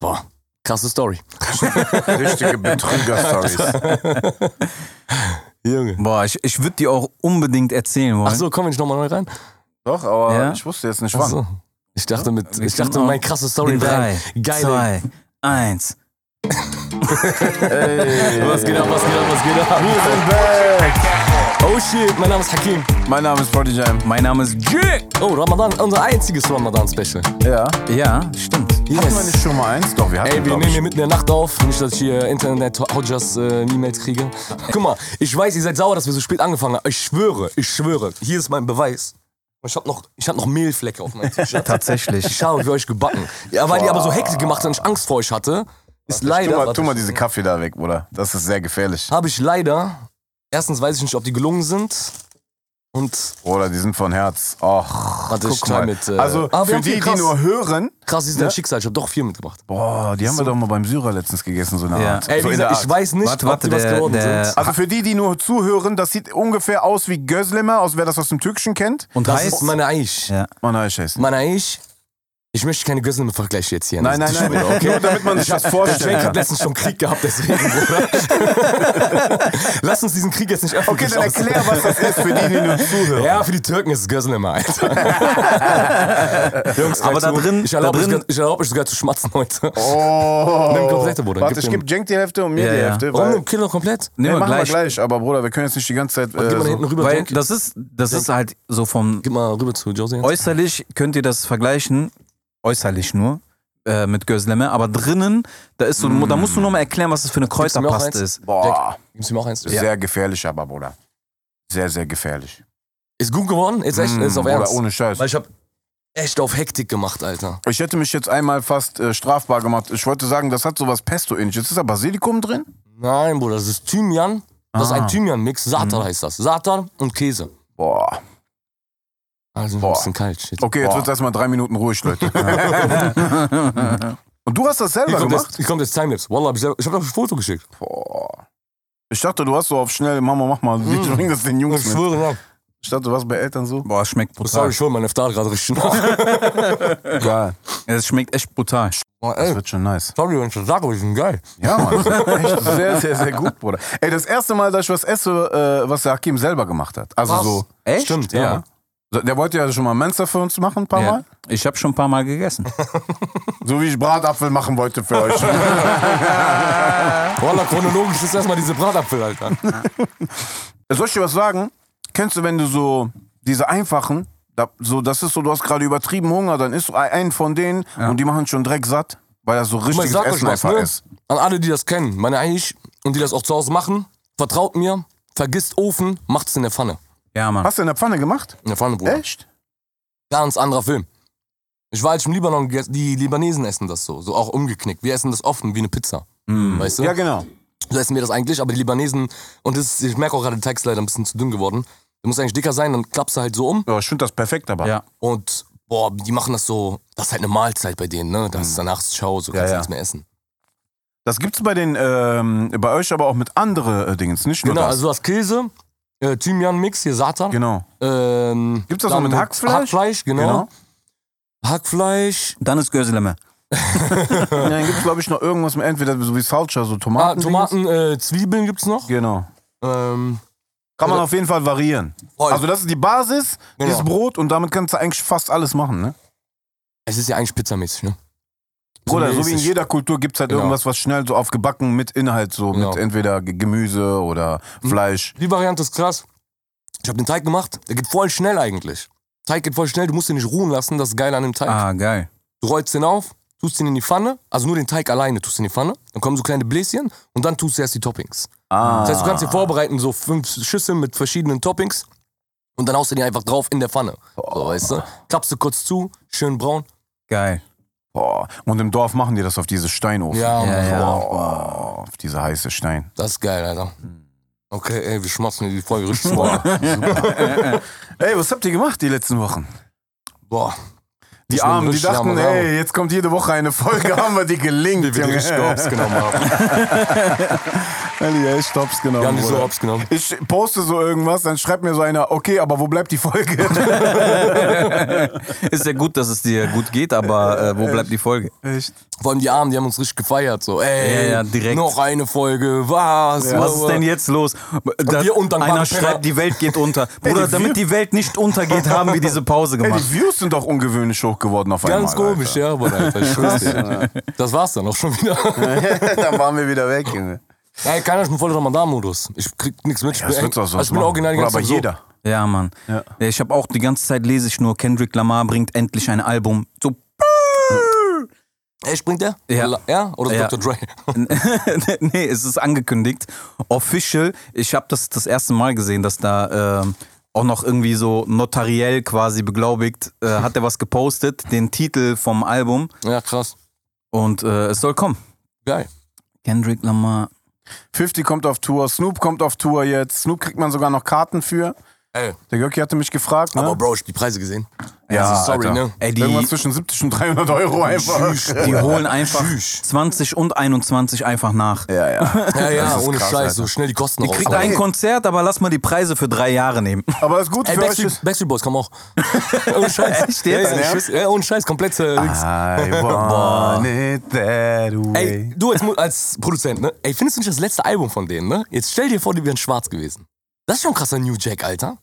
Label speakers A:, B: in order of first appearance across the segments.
A: Boah, krasse Story.
B: Richtige Betrüger-Stories.
A: Junge.
C: Boah, ich, ich würde die auch unbedingt erzählen wollen.
A: Ach so, komm, wenn ich nochmal neu rein.
B: Doch, aber
C: Ja?
B: ich wusste jetzt nicht
A: Ach
B: wann.
A: so. Ich dachte, mit,
C: Wir
A: ich dachte
C: können auch
A: meine krasse Story
C: In
A: wäre
C: drei,
A: geile.
C: zwei, eins.
B: Ey,
A: Was geht ab, was geht ab, was geht
B: wir
A: ab?
B: sind back.
A: Oh shit, mein Name ist Hakim.
B: Mein Name ist Prodigy Jam.
C: Mein Name ist Jake.
A: Oh, Ramadan, unser einziges Ramadan-Special.
B: Ja.
C: Ja, stimmt.
B: Hatten wir nicht schon mal eins? Doch, wir hatten
A: Ey, wir
B: glaub
A: nehmen
B: ich.
A: hier mitten in der Nacht auf. Nicht, dass ich hier Internet-Hodgers äh, E-Mails kriege. Guck mal, ich weiß, ihr seid sauer, dass wir so spät angefangen haben. Ich schwöre, ich schwöre. Hier ist mein Beweis. Ich hab noch, ich hab noch Mehlflecke auf meinem T-Shirt.
C: Tatsächlich.
A: Ich habe für euch gebacken. Ja, weil ihr aber so Hektik gemacht habt und ich Angst vor euch hatte, ist
B: Tu
A: leider...
B: mal,
A: warte,
B: tu mal diese Kaffee da weg, Bruder. Das ist sehr gefährlich.
A: habe ich leider. Erstens weiß ich nicht, ob die gelungen sind. Und
B: Bruder, die sind von Herz. Och,
A: Warte, ich
B: guck
A: teil
B: mal.
A: mit, äh,
B: also
A: ah, wir
B: für
A: haben
B: die,
A: viel,
B: die
A: krass.
B: nur hören,
A: krass, ist dein Schicksal. Ich habe doch vier mitgebracht.
B: boah, die haben wir doch mal beim Syrer letzens gegessen, so eine
C: Ja.
B: Art.
A: Ey,
B: so
A: wie
B: in der
A: gesagt, ich
B: Art.
A: weiß nicht,
C: Warte,
A: ob
C: warte,
A: die was
C: der-
A: geworden
C: der-
A: sind.
B: Also für die, die nur zuhören, das sieht ungefähr aus wie Gözleme, aus wer das aus dem Türkischen kennt.
C: Und
A: Das
C: heiß?
A: ist meine Aish.
C: Ja.
B: Mann, ich heiße.
A: Meine Aish. Ich möchte keine Gösseln mehr vergleichen jetzt hier.
B: Nein, nein,
A: Das ist
B: nein.
A: schon wieder,
B: Nur damit man sich das vorstellen
A: Ich
B: kann.
A: habe letztens schon Krieg gehabt, deswegen, Bruder. Lass uns diesen Krieg jetzt nicht
B: Okay,
A: öffentlich
B: dann
A: aus-
B: erklär, was das ist für die, die nur zuhören.
A: Ja, für die Türken ist es Gösseln immer, Alter. Jungs,
C: Aber
A: greif
C: da
A: zu.
C: drin-
A: Ich erlaube
C: da
A: euch
C: drin-
A: sogar- ich erlaube euch sogar zu schmatzen heute.
B: Oh.
A: Nimm komplette, Bruder.
B: Warte,
A: Gib
B: ich
A: dem-
B: gebe Jenk die Hälfte und mir
C: Ja,
B: die
C: ja.
B: Hälfte.
A: Warum
B: Weil,
A: den Killer Oh, komplett?
C: Nehmen
B: Ey,
C: wir
B: machen wir
C: gleich.
B: gleich, aber Bruder, wir können jetzt nicht die ganze Zeit. Äh,
A: Gib mal
B: so-
A: hinten rüber,
C: Weil
A: Jenk.
C: das ist, das ist halt so vom
A: Gib mal rüber zu Josie. jetzt.
C: äußerlich könnt ihr das vergleichen, äußerlich nur äh, mit Gözleme, aber drinnen, da ist so, da musst du nur mal erklären, was das für eine
A: Gibst du mir auch
C: Kräuterpaste
A: eins?
C: ist.
B: Boah,
A: Gibst du mir auch eins?
B: sehr gefährlich, aber Bruder. Sehr, sehr gefährlich.
A: Ist gut geworden? Jetzt echt?
B: Mm,
A: Ist auf
B: Bruder,
A: Ernst?
B: ohne Scheiß.
A: Weil ich hab echt auf Hektik gemacht, Alter.
B: Ich hätte mich jetzt einmal fast äh, strafbar gemacht. Ich wollte sagen, das hat sowas Pesto-ähnliches. Ist da Basilikum drin?
A: Nein, Bruder, das ist Thymian. Das ist
B: Ah.
A: ein Thymian-Mix. Satar heißt das. Satar und Käse.
B: Boah.
A: Also ein
B: Boah.
A: bisschen kalt. Shit.
B: Okay, jetzt
C: Boah.
B: wird es erstmal drei Minuten ruhig, Leute. Und du hast das
A: Hier
B: selber
A: kommt,
B: gemacht?
A: jetzt, hier kommt jetzt Timelapse. Wallah, hab ich, selber- ich hab doch ein Foto geschickt.
B: Boah. Ich dachte, du hast so auf schnell, Mama, mach mal, ich bring das den
A: Hm.
B: Jungs
A: Ich
B: mit.
A: schwöre, ja.
B: Ich dachte, du warst bei Eltern so.
C: Boah, es schmeckt
A: Sorry,
C: brutal.
A: ich hole mein Iftar gerade richtig nach.
B: Geil.
C: Es schmeckt echt brutal.
A: Boah,
B: Das
A: ey,
B: wird schon nice.
A: sorry, wenn ich das sage, aber die sind geil.
B: Ja, Mann. Echt sehr, sehr, sehr gut, Bruder. Ey, das erste Mal, dass ich was esse, äh, was der Hakim selber gemacht hat. Also
A: Was?
B: so.
C: Echt?
A: Stimmt, ja.
B: Ja. So, Der wollte ja schon mal Mensa für uns machen, ein paar Mal.
C: Ja. Ich habe schon ein paar Mal gegessen.
B: So wie ich Bratapfel machen wollte für euch.
A: Wallah, chronologisch ist erstmal diese Bratapfel, Alter.
B: Soll ich dir was sagen? Kennst du, wenn du so diese einfachen, da, so, das ist so, du hast gerade übertrieben Hunger, dann isst du ein- einen von denen und die machen schon Dreck satt, weil das so
A: Guck mal,
B: richtiges
A: ich sag euch
B: Essen
A: was,
B: einfach
A: ne?
B: ist.
A: An alle, die das kennen, meine Aish und die das auch zu Hause machen, vertraut mir, vergisst Ofen, macht's in der Pfanne.
C: Ja, Mann.
B: Hast du in der Pfanne gemacht?
A: In der Pfanne, Bruder.
B: Echt?
A: Ganz anderer Film. Ich war, als ich im Libanon gegessen, die Libanesen essen das so, so auch umgeknickt. Wir essen das offen wie eine Pizza. Weißt du?
B: Ja, genau.
A: So essen wir das eigentlich, aber die Libanesen, und das, ist- ich merke auch gerade, der Teig ist leider ein bisschen zu dünn geworden. Der muss eigentlich dicker sein, dann klappst du halt so um
B: Ja, ich finde das perfekt, aber.
C: Ja.
A: und boah, die machen das so, das ist halt eine Mahlzeit bei denen, ne? Das ist danach ist Schau, so kannst du
B: Hm. ja.
A: nichts mehr essen.
B: Das gibt's bei den, ähm, bei euch aber auch mit andere äh, Dingens, nicht nur
A: Genau,
B: das.
A: also du hast Käse, äh, Thymian-Mix, hier Satan.
B: genau.
A: Ähm,
B: Gibt's das auch
A: dann
B: mit Hackfleisch?
A: Hackfleisch, genau.
B: Genau.
A: Hackfleisch, äh,
C: Dann ist Gözleme.
B: Ja, dann gibt's, glaube ich, noch irgendwas mit, entweder so wie Salsa, so
A: ah,
B: Tomaten.
A: Tomaten, äh, Zwiebeln gibt's noch.
B: Genau.
A: Ähm,
B: Kann man auf jeden Fall variieren.
A: Voll.
B: Also das ist die Basis,
A: Genau.
B: ist Brot und damit kannst du eigentlich fast alles machen, ne?
A: es ist ja eigentlich pizzamäßig, ne?
B: Bruder, so wie in
A: mäßig.
B: jeder Kultur gibt es halt
A: Genau.
B: irgendwas, was schnell so aufgebacken mit Inhalt, so
A: Genau. Hm.
B: mit entweder Ge- Gemüse oder Fleisch.
A: Die Variante ist krass. Ich habe den Teig gemacht. Der geht voll schnell eigentlich. Teig geht voll schnell. Du musst den nicht ruhen lassen. Das ist geil an dem Teig.
C: Ah, geil.
A: Du rollst den auf, tust ihn in die Pfanne. Also nur den Teig alleine tust du in die Pfanne. Dann kommen so kleine Bläschen und dann tust du erst die Toppings.
B: Ah.
A: Das heißt, du kannst dir vorbereiten, so fünf Schüsseln mit verschiedenen Toppings. Und dann haust du die einfach drauf in der Pfanne. So, weißt du? Klappst du kurz zu, schön braun.
C: Geil.
B: Boah. Und im Dorf machen die das auf diese Steinofen.
A: Ja,
C: Ja, ja.
A: Boah,
B: Boah, auf diese heiße Stein.
A: das ist geil, Alter. Okay, ey, wir schmatzen die Folge richtig voll.
B: Ey, was habt ihr gemacht die letzten Wochen?
A: Boah.
B: Die
A: Das ist ein
B: Armen, die
A: richtig
B: dachten,
A: Ramadan.
B: ey, jetzt kommt jede Woche eine Folge, haben wir die gelingt.
A: Wie wir die
B: Junge.
A: richtig genommen haben.
B: Ehrlich, ey, ich hab's genommen.
A: Wir haben die so
B: Bruder.
A: hops genommen.
B: Ich poste so irgendwas, dann schreibt mir so einer, okay, aber wo bleibt die Folge?
C: Ist ja gut, dass es dir gut geht, aber äh, wo bleibt die Folge?
B: Echt?
A: Vor allem die Armen, die haben uns richtig gefeiert. So, ey,
C: Ja, ja, direkt.
A: noch eine Folge, was? oh,
C: Was ist denn jetzt los? Da,
A: wir undankbaren
C: einer
A: Penner.
C: schreibt, die Welt geht unter. Bruder,
B: die
C: damit
B: wir-
C: die Welt nicht untergeht, haben wir diese Pause
B: Ey,
C: gemacht.
B: die Views sind doch ungewöhnlich hoch geworden auf einmal.
A: Ganz komisch, ja, aber Alter, ich schwör's dir. Das war's dann auch schon wieder.
B: Alter. dann waren wir wieder weg, Junge.
A: Ey, keiner ist im voll Ramadan-Modus. Ich krieg nichts mit. Ich
B: Das
A: bin-
B: wird's auch so.
A: also ich bin original die ganze
B: aber
A: Zeit so.
B: jeder.
C: Ja, Mann.
B: Ja.
C: Ja, Ich habe auch die ganze Zeit lese ich nur, Kendrick Lamar bringt endlich ein Album. So,
A: Ey, springt der?
C: Ja.
A: La- ja? Oder
C: Ja.
A: Dr. Dre?
C: nee, es ist angekündigt. Official. Ich habe das das erste Mal gesehen, dass da ähm, auch noch irgendwie so notariell quasi beglaubigt, äh, hat er was gepostet, den Titel vom Album
A: Ja, krass.
C: und äh, es soll kommen.
A: Geil.
C: Kendrick Lamar.
B: 50 kommt auf Tour, Snoop kommt auf Tour jetzt. Snoop kriegt man sogar noch Karten für.
A: Ey,
B: Der Göcki hatte mich gefragt, ne?
A: aber Bro, ich hab die Preise gesehen.
B: ja,
A: also sorry,
B: Alter.
A: ne?
C: Ey, die-
B: Irgendwas zwischen 70 und 300 Euro einfach.
C: Die holen einfach
A: Tschüss.
C: 20 und 21 einfach nach.
B: Ja, ja.
A: Ja, ja,
B: ist
A: ohne
B: krass,
A: Scheiß.
B: Alter.
A: So schnell die Kosten raus.
C: Kriegt ein Konzert, aber lass mal die Preise für drei Jahre nehmen.
B: Aber das Gute
A: Ey,
B: für euch
A: Backstreet,
B: ist...
A: Backstreet Boys, komm auch. Ohne Scheiß.
C: Echt
A: Ja,
C: jetzt?
A: ja, ich
B: Ernst?
A: weiß- ja, ohne Scheiß, komplett äh,
B: Ah,
A: links.
B: I want it that
A: Ey,
B: way.
A: du als, Mu- als Produzent, ne? Ey, findest du nicht das letzte Album von denen, ne? Jetzt stell dir vor, die wären schwarz gewesen. Das ist schon krasser New Jack, Alter.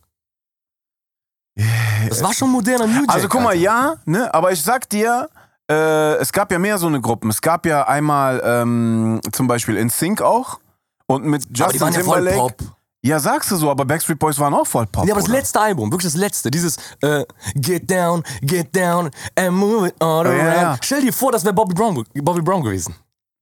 A: Das war schon moderner New Jack.
B: Also guck mal,
A: Alter.
B: ja, ne? Aber ich sag dir, äh, es gab ja mehr so eine Gruppen. Es gab ja einmal ähm, zum Beispiel in Sync auch und mit
A: aber die
B: Justin
A: waren ja voll
B: Timberlake.
A: Pop.
B: Ja, sagst du so, aber Backstreet Boys waren auch voll Pop.
A: Ja, aber das
B: Bruder.
A: letzte Album, wirklich das letzte, dieses äh, Get Down, Get Down and Move It All
B: Ja,
A: Around.
B: ja.
A: Stell dir vor, das wäre Bobby Brown, ge- Bobby Brown gewesen.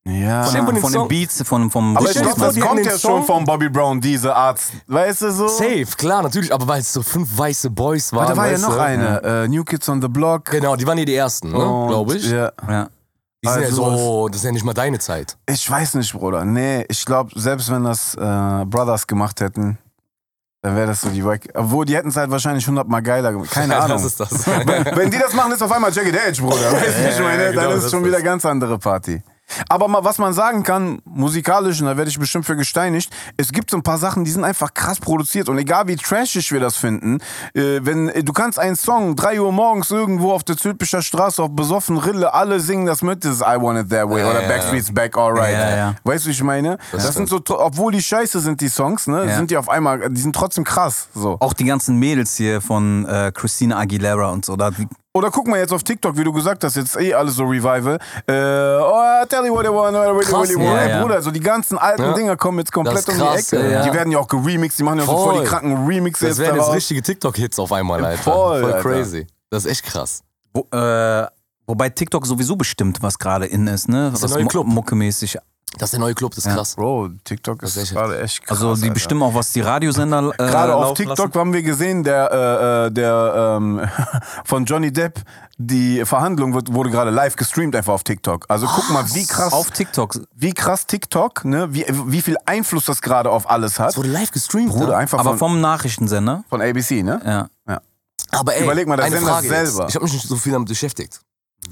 B: Ja.
A: Stell dir vor, den
C: Von den
A: Song-
C: Beats, von, vom
B: Aber ich
A: Stell dir
B: glaube,
A: vor,
B: das
A: die hätten
B: kommt
A: den
B: ja schon
A: Song-
B: von Bobby Brown, diese Art. Weißt du so?
A: Safe, klar, natürlich, aber weil es so fünf weiße Boys waren.
B: Da war ja
A: weißt
B: noch
A: du?
B: eine. Äh, New Kids on the Block.
A: Genau, die waren ja die ersten, ne,
B: Und,
A: glaube ich.
B: Ja.
C: ja.
A: Die sind
B: also
A: ja so, das ist ja nicht mal deine Zeit.
B: Ich weiß nicht, Bruder. Nee, ich glaube, selbst wenn das äh, Brothers gemacht hätten, dann wäre das so die Wack. Obwohl, die hätten es halt wahrscheinlich 100 Mal geiler gemacht. Keine Ahnung.
A: Was ist das?
B: Wenn die das machen, ist auf einmal Jagged Edge, Bruder. Weißt du, ich meine,
A: ja, genau,
B: dann
A: das
B: ist
A: ist
B: es schon wieder ganz andere Party. Aber mal, was man sagen kann, musikalisch, und da werde ich bestimmt für gesteinigt, es gibt so ein paar Sachen, die sind einfach krass produziert. Und egal wie trashig wir das finden, äh, wenn äh, du kannst einen Song 3 Uhr morgens irgendwo auf der Zülpicher Straße auf besoffen Rille, alle singen das mit, das ist I Want It That Way oder
A: ja.
B: Backstreet's Back Alright.
C: Ja, ja.
B: Weißt du, wie ich meine? Das, sind so, tro- obwohl die scheiße sind, die Songs, ne,
C: Ja.
B: sind die auf einmal, die sind trotzdem krass. So.
C: Auch die ganzen Mädels hier von äh, Christina Aguilera und so. Da,
B: Oder guck mal jetzt auf TikTok, wie du gesagt hast, jetzt eh alles so Revival. Äh, oh, I tell you what I want, what I really,
A: Krass,
B: really want.
C: ja,
B: Ey,
C: ja.
B: Bruder, so die ganzen alten
A: Ja.
B: Dinger kommen jetzt komplett
A: Das ist
B: um die
A: krass,
B: Ecke.
A: ja.
B: Die werden ja auch geremixed, die machen ja auch so voll
A: Voll.
B: die kranken Remixes
A: Das
B: jetzt
A: wären jetzt
B: daraus.
A: richtige TikTok-Hits auf einmal, Alter.
B: Voll,
A: Voll,
B: Alter.
A: crazy. Das ist echt krass.
C: wo, äh, wobei TikTok sowieso bestimmt, was gerade in ist, ne?
A: der
C: was
A: neue Club.
C: muckemäßig.
A: Das ist der neue Club, das ist krass.
B: Bro, TikTok ist
A: Das ist echt-
B: gerade echt krass.
C: Also die
B: Alter.
C: bestimmen auch, was die Radiosender. Äh,
B: Gerade auf
C: laufen
B: TikTok
C: lassen.
B: haben wir gesehen, der, äh, äh, der ähm, von Johnny Depp, die Verhandlung wird, wurde gerade live gestreamt einfach auf TikTok. Also guck mal, wie krass,
C: Auf TikTok.
B: wie krass TikTok, ne, wie, wie viel Einfluss das gerade auf alles hat.
A: Das wurde live gestreamt.
B: Bruder,
A: ne?
B: einfach
C: Aber
B: von,
C: vom Nachrichtensender.
B: von ABC, ne?
C: Ja.
A: Aber ey,
B: Überleg mal, der
A: eine
B: Sender
A: Frage jetzt.
B: selber.
A: Ich habe mich nicht so viel damit beschäftigt.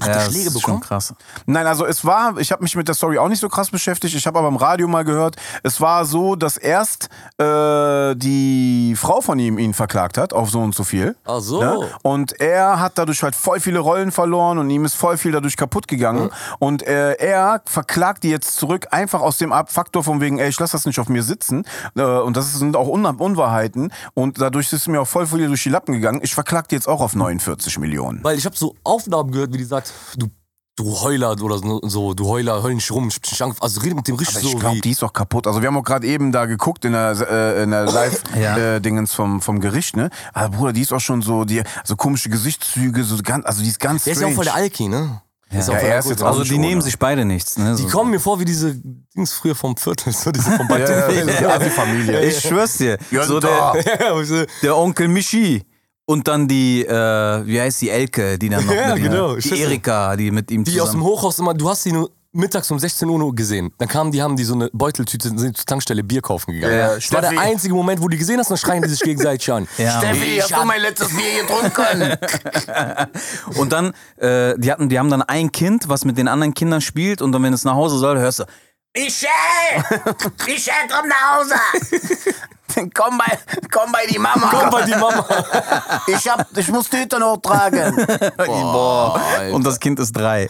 A: Hat
C: ja,
A: der
C: das
A: Schläge
C: ist
A: bekommen?
C: Schon krass.
B: Nein, also es war, ich habe mich mit der Story auch nicht so krass beschäftigt. Ich habe aber im Radio mal gehört, es war so, dass erst äh, die Frau von ihm ihn verklagt hat auf so und so viel.
A: Ach so.
B: Ne? Und er hat dadurch halt voll viele Rollen verloren und ihm ist voll viel dadurch kaputt gegangen. Und äh, er verklagt die jetzt zurück, einfach aus dem Ab- Faktor von wegen, ey, ich lass das nicht auf mir sitzen. Äh, und das sind auch Un Unwahrheiten. Und dadurch ist mir auch voll viel durch die Lappen gegangen. Ich verklag die jetzt auch auf 49 Millionen.
A: Weil ich habe so Aufnahmen gehört, wie die sagt, du, du Heuler oder so- so, du Heuler, heul nicht rum. Schank- Also redet mit dem richtig
B: Aber
A: so
B: ich glaube,
A: wie...
B: die ist doch kaputt. Also wir haben auch gerade eben da geguckt in der, äh, in der
C: Ja.
B: Live-Dingens vom, vom Gericht, ne? Aber Bruder, die ist auch schon so, die so komische Gesichtszüge, so ganz, also die ist ganz
A: der ist ja auch voll der Alki, ne? Der Ist
B: Ja,
A: voll
B: er
A: der
B: ist
A: Gute.
B: jetzt auch
C: Also
B: nicht
C: die nehmen
B: ohne.
C: sich beide nichts. Ne?
A: Die
C: So-
A: kommen mir vor wie diese Dings früher vom Viertel, so diese vom
B: ja, ja, ja, die Familie.
C: Ich schwör's dir. So der,
A: Baltimore.
C: der Onkel Michi. Und dann die, äh, wie heißt die Elke, die dann noch
A: Ja,
C: mit ihm-
A: genau, ich
C: die
A: weiß nicht.
C: Erika, die mit ihm
A: Die aus dem
C: zusammen.
A: Hochhaus immer, du hast die nur mittags um 16 Uhr nur gesehen. Dann kamen die, haben die so eine Beuteltüte und sind zur Tankstelle Bier kaufen gegangen.
B: Ja,
A: das war
B: Steffi.
A: der einzige Moment, wo die gesehen hast, dann schreien die sich gegenseitig an.
C: Ja, Mann.
A: Ich hab-
B: letztes Bier getrunken?
C: Und dann, äh, die, hatten, die haben dann ein Kind, was mit den anderen Kindern spielt und dann, wenn es nach Hause soll, hörst du,
D: Michel! Michel, komm nach Hause! komm bei, komm bei die Mama!
A: Komm bei die Mama.
D: Ich, hab, ich muss Tüte noch tragen!
C: Boah. Und das Kind ist drei.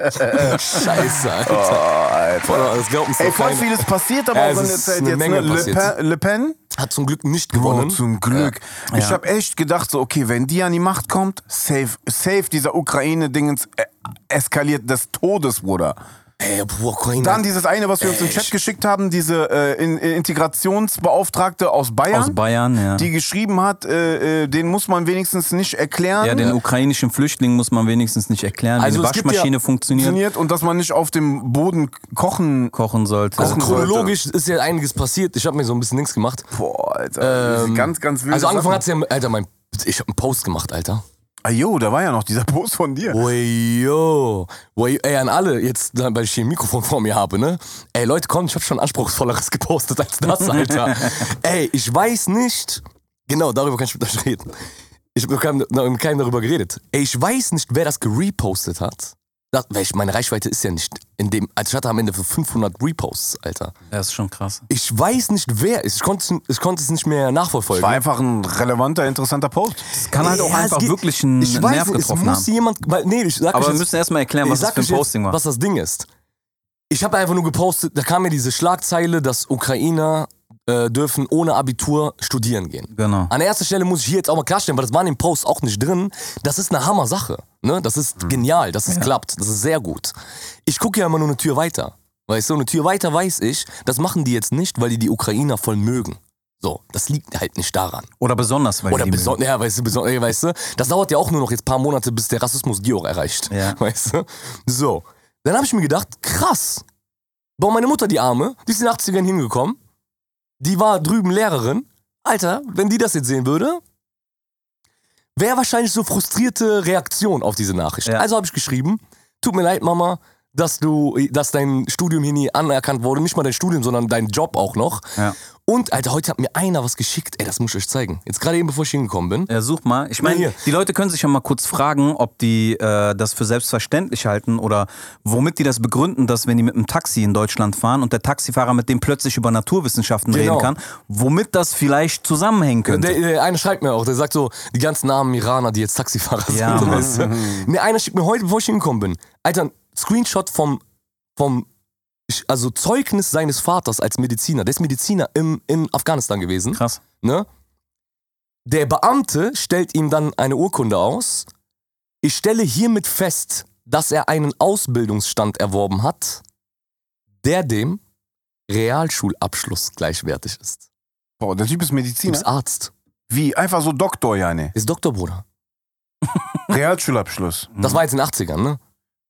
A: Scheiße, Alter. Boah, Oh. das glaubt uns
B: Ey,
A: doch
B: voll
A: keiner.
B: vieles passiert, aber
A: Ja,
B: auch
A: es
B: in der
A: ist
B: Zeit
A: eine
B: jetzt.
A: Menge
B: ne? Le,
A: passiert.
B: Pen, Le Pen?
A: Hat zum Glück nicht
B: Oh,
A: gewonnen.
B: zum Glück. Ich
C: Ja.
B: habe echt gedacht, so, okay, wenn die an die Macht kommt, safe, safe dieser Ukraine-Dingens äh, eskaliert des Todes, Bruder.
A: Ey, boah, Ukraine.
B: Dann dieses eine, was wir uns im
A: Äh,
B: Chat geschickt haben, diese äh, in, äh, Integrationsbeauftragte aus Bayern,
C: Aus Bayern, ja.
B: die geschrieben hat, äh, äh, den muss man wenigstens nicht erklären.
C: ja, den ukrainischen Flüchtlingen muss man wenigstens nicht erklären,
A: Also
C: wie eine
A: es gibt ja-
C: Waschmaschine funktioniert,
B: funktioniert und dass man nicht auf dem Boden kochen.
C: kochen sollte.
B: Kochen soll-
A: Also chronologisch ist ja einiges passiert. Ich habe mir so ein bisschen Links gemacht.
B: Boah, Alter.
A: Ähm,
B: ganz, ganz wild.
A: Also angefangen hat's ja, Alter, mein, ich habe einen Post gemacht, Alter.
B: Ah, jo, da war ja noch dieser Post von dir.
A: Ojo, Ojo. ey, an alle, jetzt, da- weil ich hier ein Mikrofon vor mir habe, ne? Ey, Leute, komm, ich hab schon anspruchsvolleres gepostet als das, Alter. ey, ich weiß nicht, genau, darüber kann ich mit euch reden. Ich habe mit keinem, noch mit keinem darüber geredet. Ey, ich weiß nicht, wer das gerepostet hat. Das, weil ich, meine Reichweite ist ja nicht in dem, also ich hatte am Ende für 500 Reposts, Alter.
C: Das ist schon krass.
A: Ich weiß nicht, wer ist. Ich konnte, ich konnte es nicht mehr nachverfolgen.
B: War einfach ein relevanter, interessanter Post.
C: Es kann halt auch
A: Ja, es
C: einfach
A: geht-
C: wirklich einen
A: ich weiß,
C: Nerv
A: nicht, es
C: getroffen
A: muss
C: haben.
A: jemand, weil, nee, ich sag
C: Aber
A: euch
C: wir
A: jetzt-
C: müssen erstmal erklären, was
A: ich sag
C: das für ein
A: euch jetzt,
C: Posting war.
A: Was das Ding ist. Ich habe einfach nur gepostet, da kam mir diese Schlagzeile, dass Ukrainer äh, dürfen ohne Abitur studieren gehen.
C: Genau.
A: An erster Stelle muss ich hier jetzt auch mal klarstellen, weil das war in dem Post auch nicht drin. Das ist eine Hammer-Sache. Ne? Das ist
C: Mhm.
A: genial, dass es klappt. Das ist sehr gut. Ich gucke ja immer nur eine Tür weiter. Weißt du, eine Tür weiter weiß ich, das machen die jetzt nicht, weil die die Ukrainer voll mögen. So, das liegt halt nicht daran.
C: Oder besonders, weil
A: Oder
C: die
A: besonders, ja, weißt du, besonders, ja, weißt du, das dauert ja auch nur noch jetzt ein paar Monate, bis der Rassismus die auch erreicht.
C: Ja.
A: Weißt du? So. Dann habe ich mir gedacht, krass. Boah, meine Mutter, die Arme, die ist in den 80ern hingekommen. Die war drüben Lehrerin. Alter, wenn die das jetzt sehen würde, wäre wahrscheinlich so frustrierte Reaktion auf diese Nachricht.
C: Ja.
A: Also habe ich geschrieben, tut mir leid, Mama, dass du, dass dein Studium hier nie anerkannt wurde. Nicht mal dein Studium, sondern dein Job auch noch.
C: Ja.
A: Und, Alter, heute hat mir einer was geschickt. Ey, das muss ich euch zeigen. Jetzt gerade eben, bevor ich hingekommen bin.
C: Ja, such mal. Ich
A: Nee, hier.
C: meine, die Leute können sich ja mal kurz fragen, ob die äh, das für selbstverständlich halten oder womit die das begründen, dass wenn die mit dem Taxi in Deutschland fahren und der Taxifahrer mit dem plötzlich über Naturwissenschaften
A: Genau.
C: reden kann, womit das vielleicht zusammenhängen könnte.
A: Der, der eine schreibt mir auch, der sagt so, die ganzen armen Iraner, die jetzt Taxifahrer
C: Ja,
A: sind.
C: Mann.
A: Weißt du? Ne, einer schickt mir heute, bevor ich hingekommen bin, Alter, ein Screenshot vom, vom also Zeugnis seines Vaters als Mediziner. Der ist Mediziner im, in Afghanistan gewesen.
C: Krass.
A: Ne? Der Beamte stellt ihm dann eine Urkunde aus. Ich stelle hiermit fest, dass er einen Ausbildungsstand erworben hat, der dem Realschulabschluss gleichwertig ist.
B: Boah, der Typ ist
A: Du
B: Mediziner.
A: bist Arzt.
B: Wie? Einfach so Doktor, ja, ne.
A: Ist Doktor, Bruder.
B: Realschulabschluss.
A: Das war jetzt in den 80ern, ne?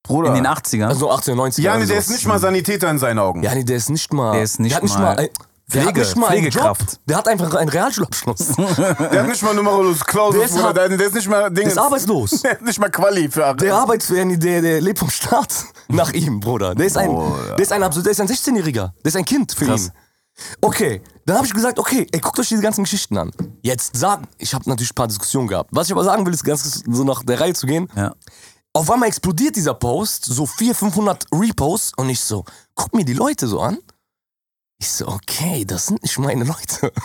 B: Bruder.
C: In den 80ern.
A: Also 18, 90
B: Mhm. ja, ne, der ist nicht mal Sanitäter in seinen Augen.
A: Ja, nee, der ist nicht mal.
C: Der ist nicht
A: der hat nicht
C: mal-
A: mal. ein- der hat
C: Pflege-
A: nicht mal einen Job.
C: Pflegekraft.
A: Der hat einfach einen Realschulabschluss. der
B: Der hat nicht mal Numerus
A: Der
B: Clausus,
A: ist
B: Bruder.
A: hart-
B: Der, der ist nicht mal Dingens.
A: ist arbeitslos.
B: Der hat nicht mal Quali für
A: Der arbeitet, der, der, der lebt vom Staat nach ihm, Bruder. Der ist ein,
C: Oh,
A: der ist ein, absolut- der ist ein 16-Jähriger. Der ist ein Kind für ihn. Okay, dann habe ich gesagt, okay, ey, guckt euch diese ganzen Geschichten an. Jetzt sagen, ich habe natürlich ein paar Diskussionen gehabt. Was ich aber sagen will, ist ganz so nach der Reihe zu gehen.
C: Ja.
A: Auf einmal explodiert dieser Post, so 400, 500 Reposts und ich so, guck mir die Leute so an. Ich so, okay, das sind nicht meine Leute.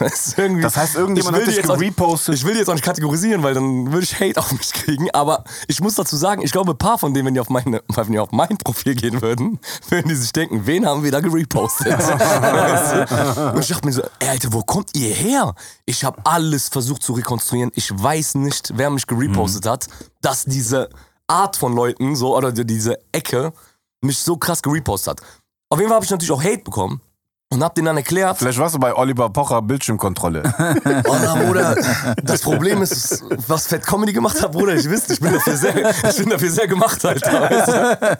A: Das, ist irgendwie,
B: Das heißt, irgendjemand
A: Ich will
B: hat dich
A: die jetzt auch-
B: gerepostet.
A: Ich will die jetzt auch nicht kategorisieren, weil dann würde ich Hate auf mich kriegen. Aber ich muss dazu sagen, ich glaube, ein paar von denen, wenn die auf, meine, wenn die auf mein Profil gehen würden, würden die sich denken, wen haben wir da gerepostet? weißt du? Und ich dachte mir so, ey, Alter, wo kommt ihr her? Ich habe alles versucht zu rekonstruieren. Ich weiß nicht, wer mich
C: Mhm.
A: gerepostet hat, dass diese Art von Leuten, so, oder die- diese Ecke, mich so krass gerepostet hat. Auf jeden Fall habe ich natürlich auch Hate bekommen und habe denen dann erklärt,
B: Vielleicht warst du bei Oliver Pocher Bildschirmkontrolle.
A: Oder, Bruder, das Problem ist, was Fat Comedy gemacht hat, Bruder, ich wüsste, ich bin dafür sehr, ich bin dafür sehr gemacht, Alter. Weißt du?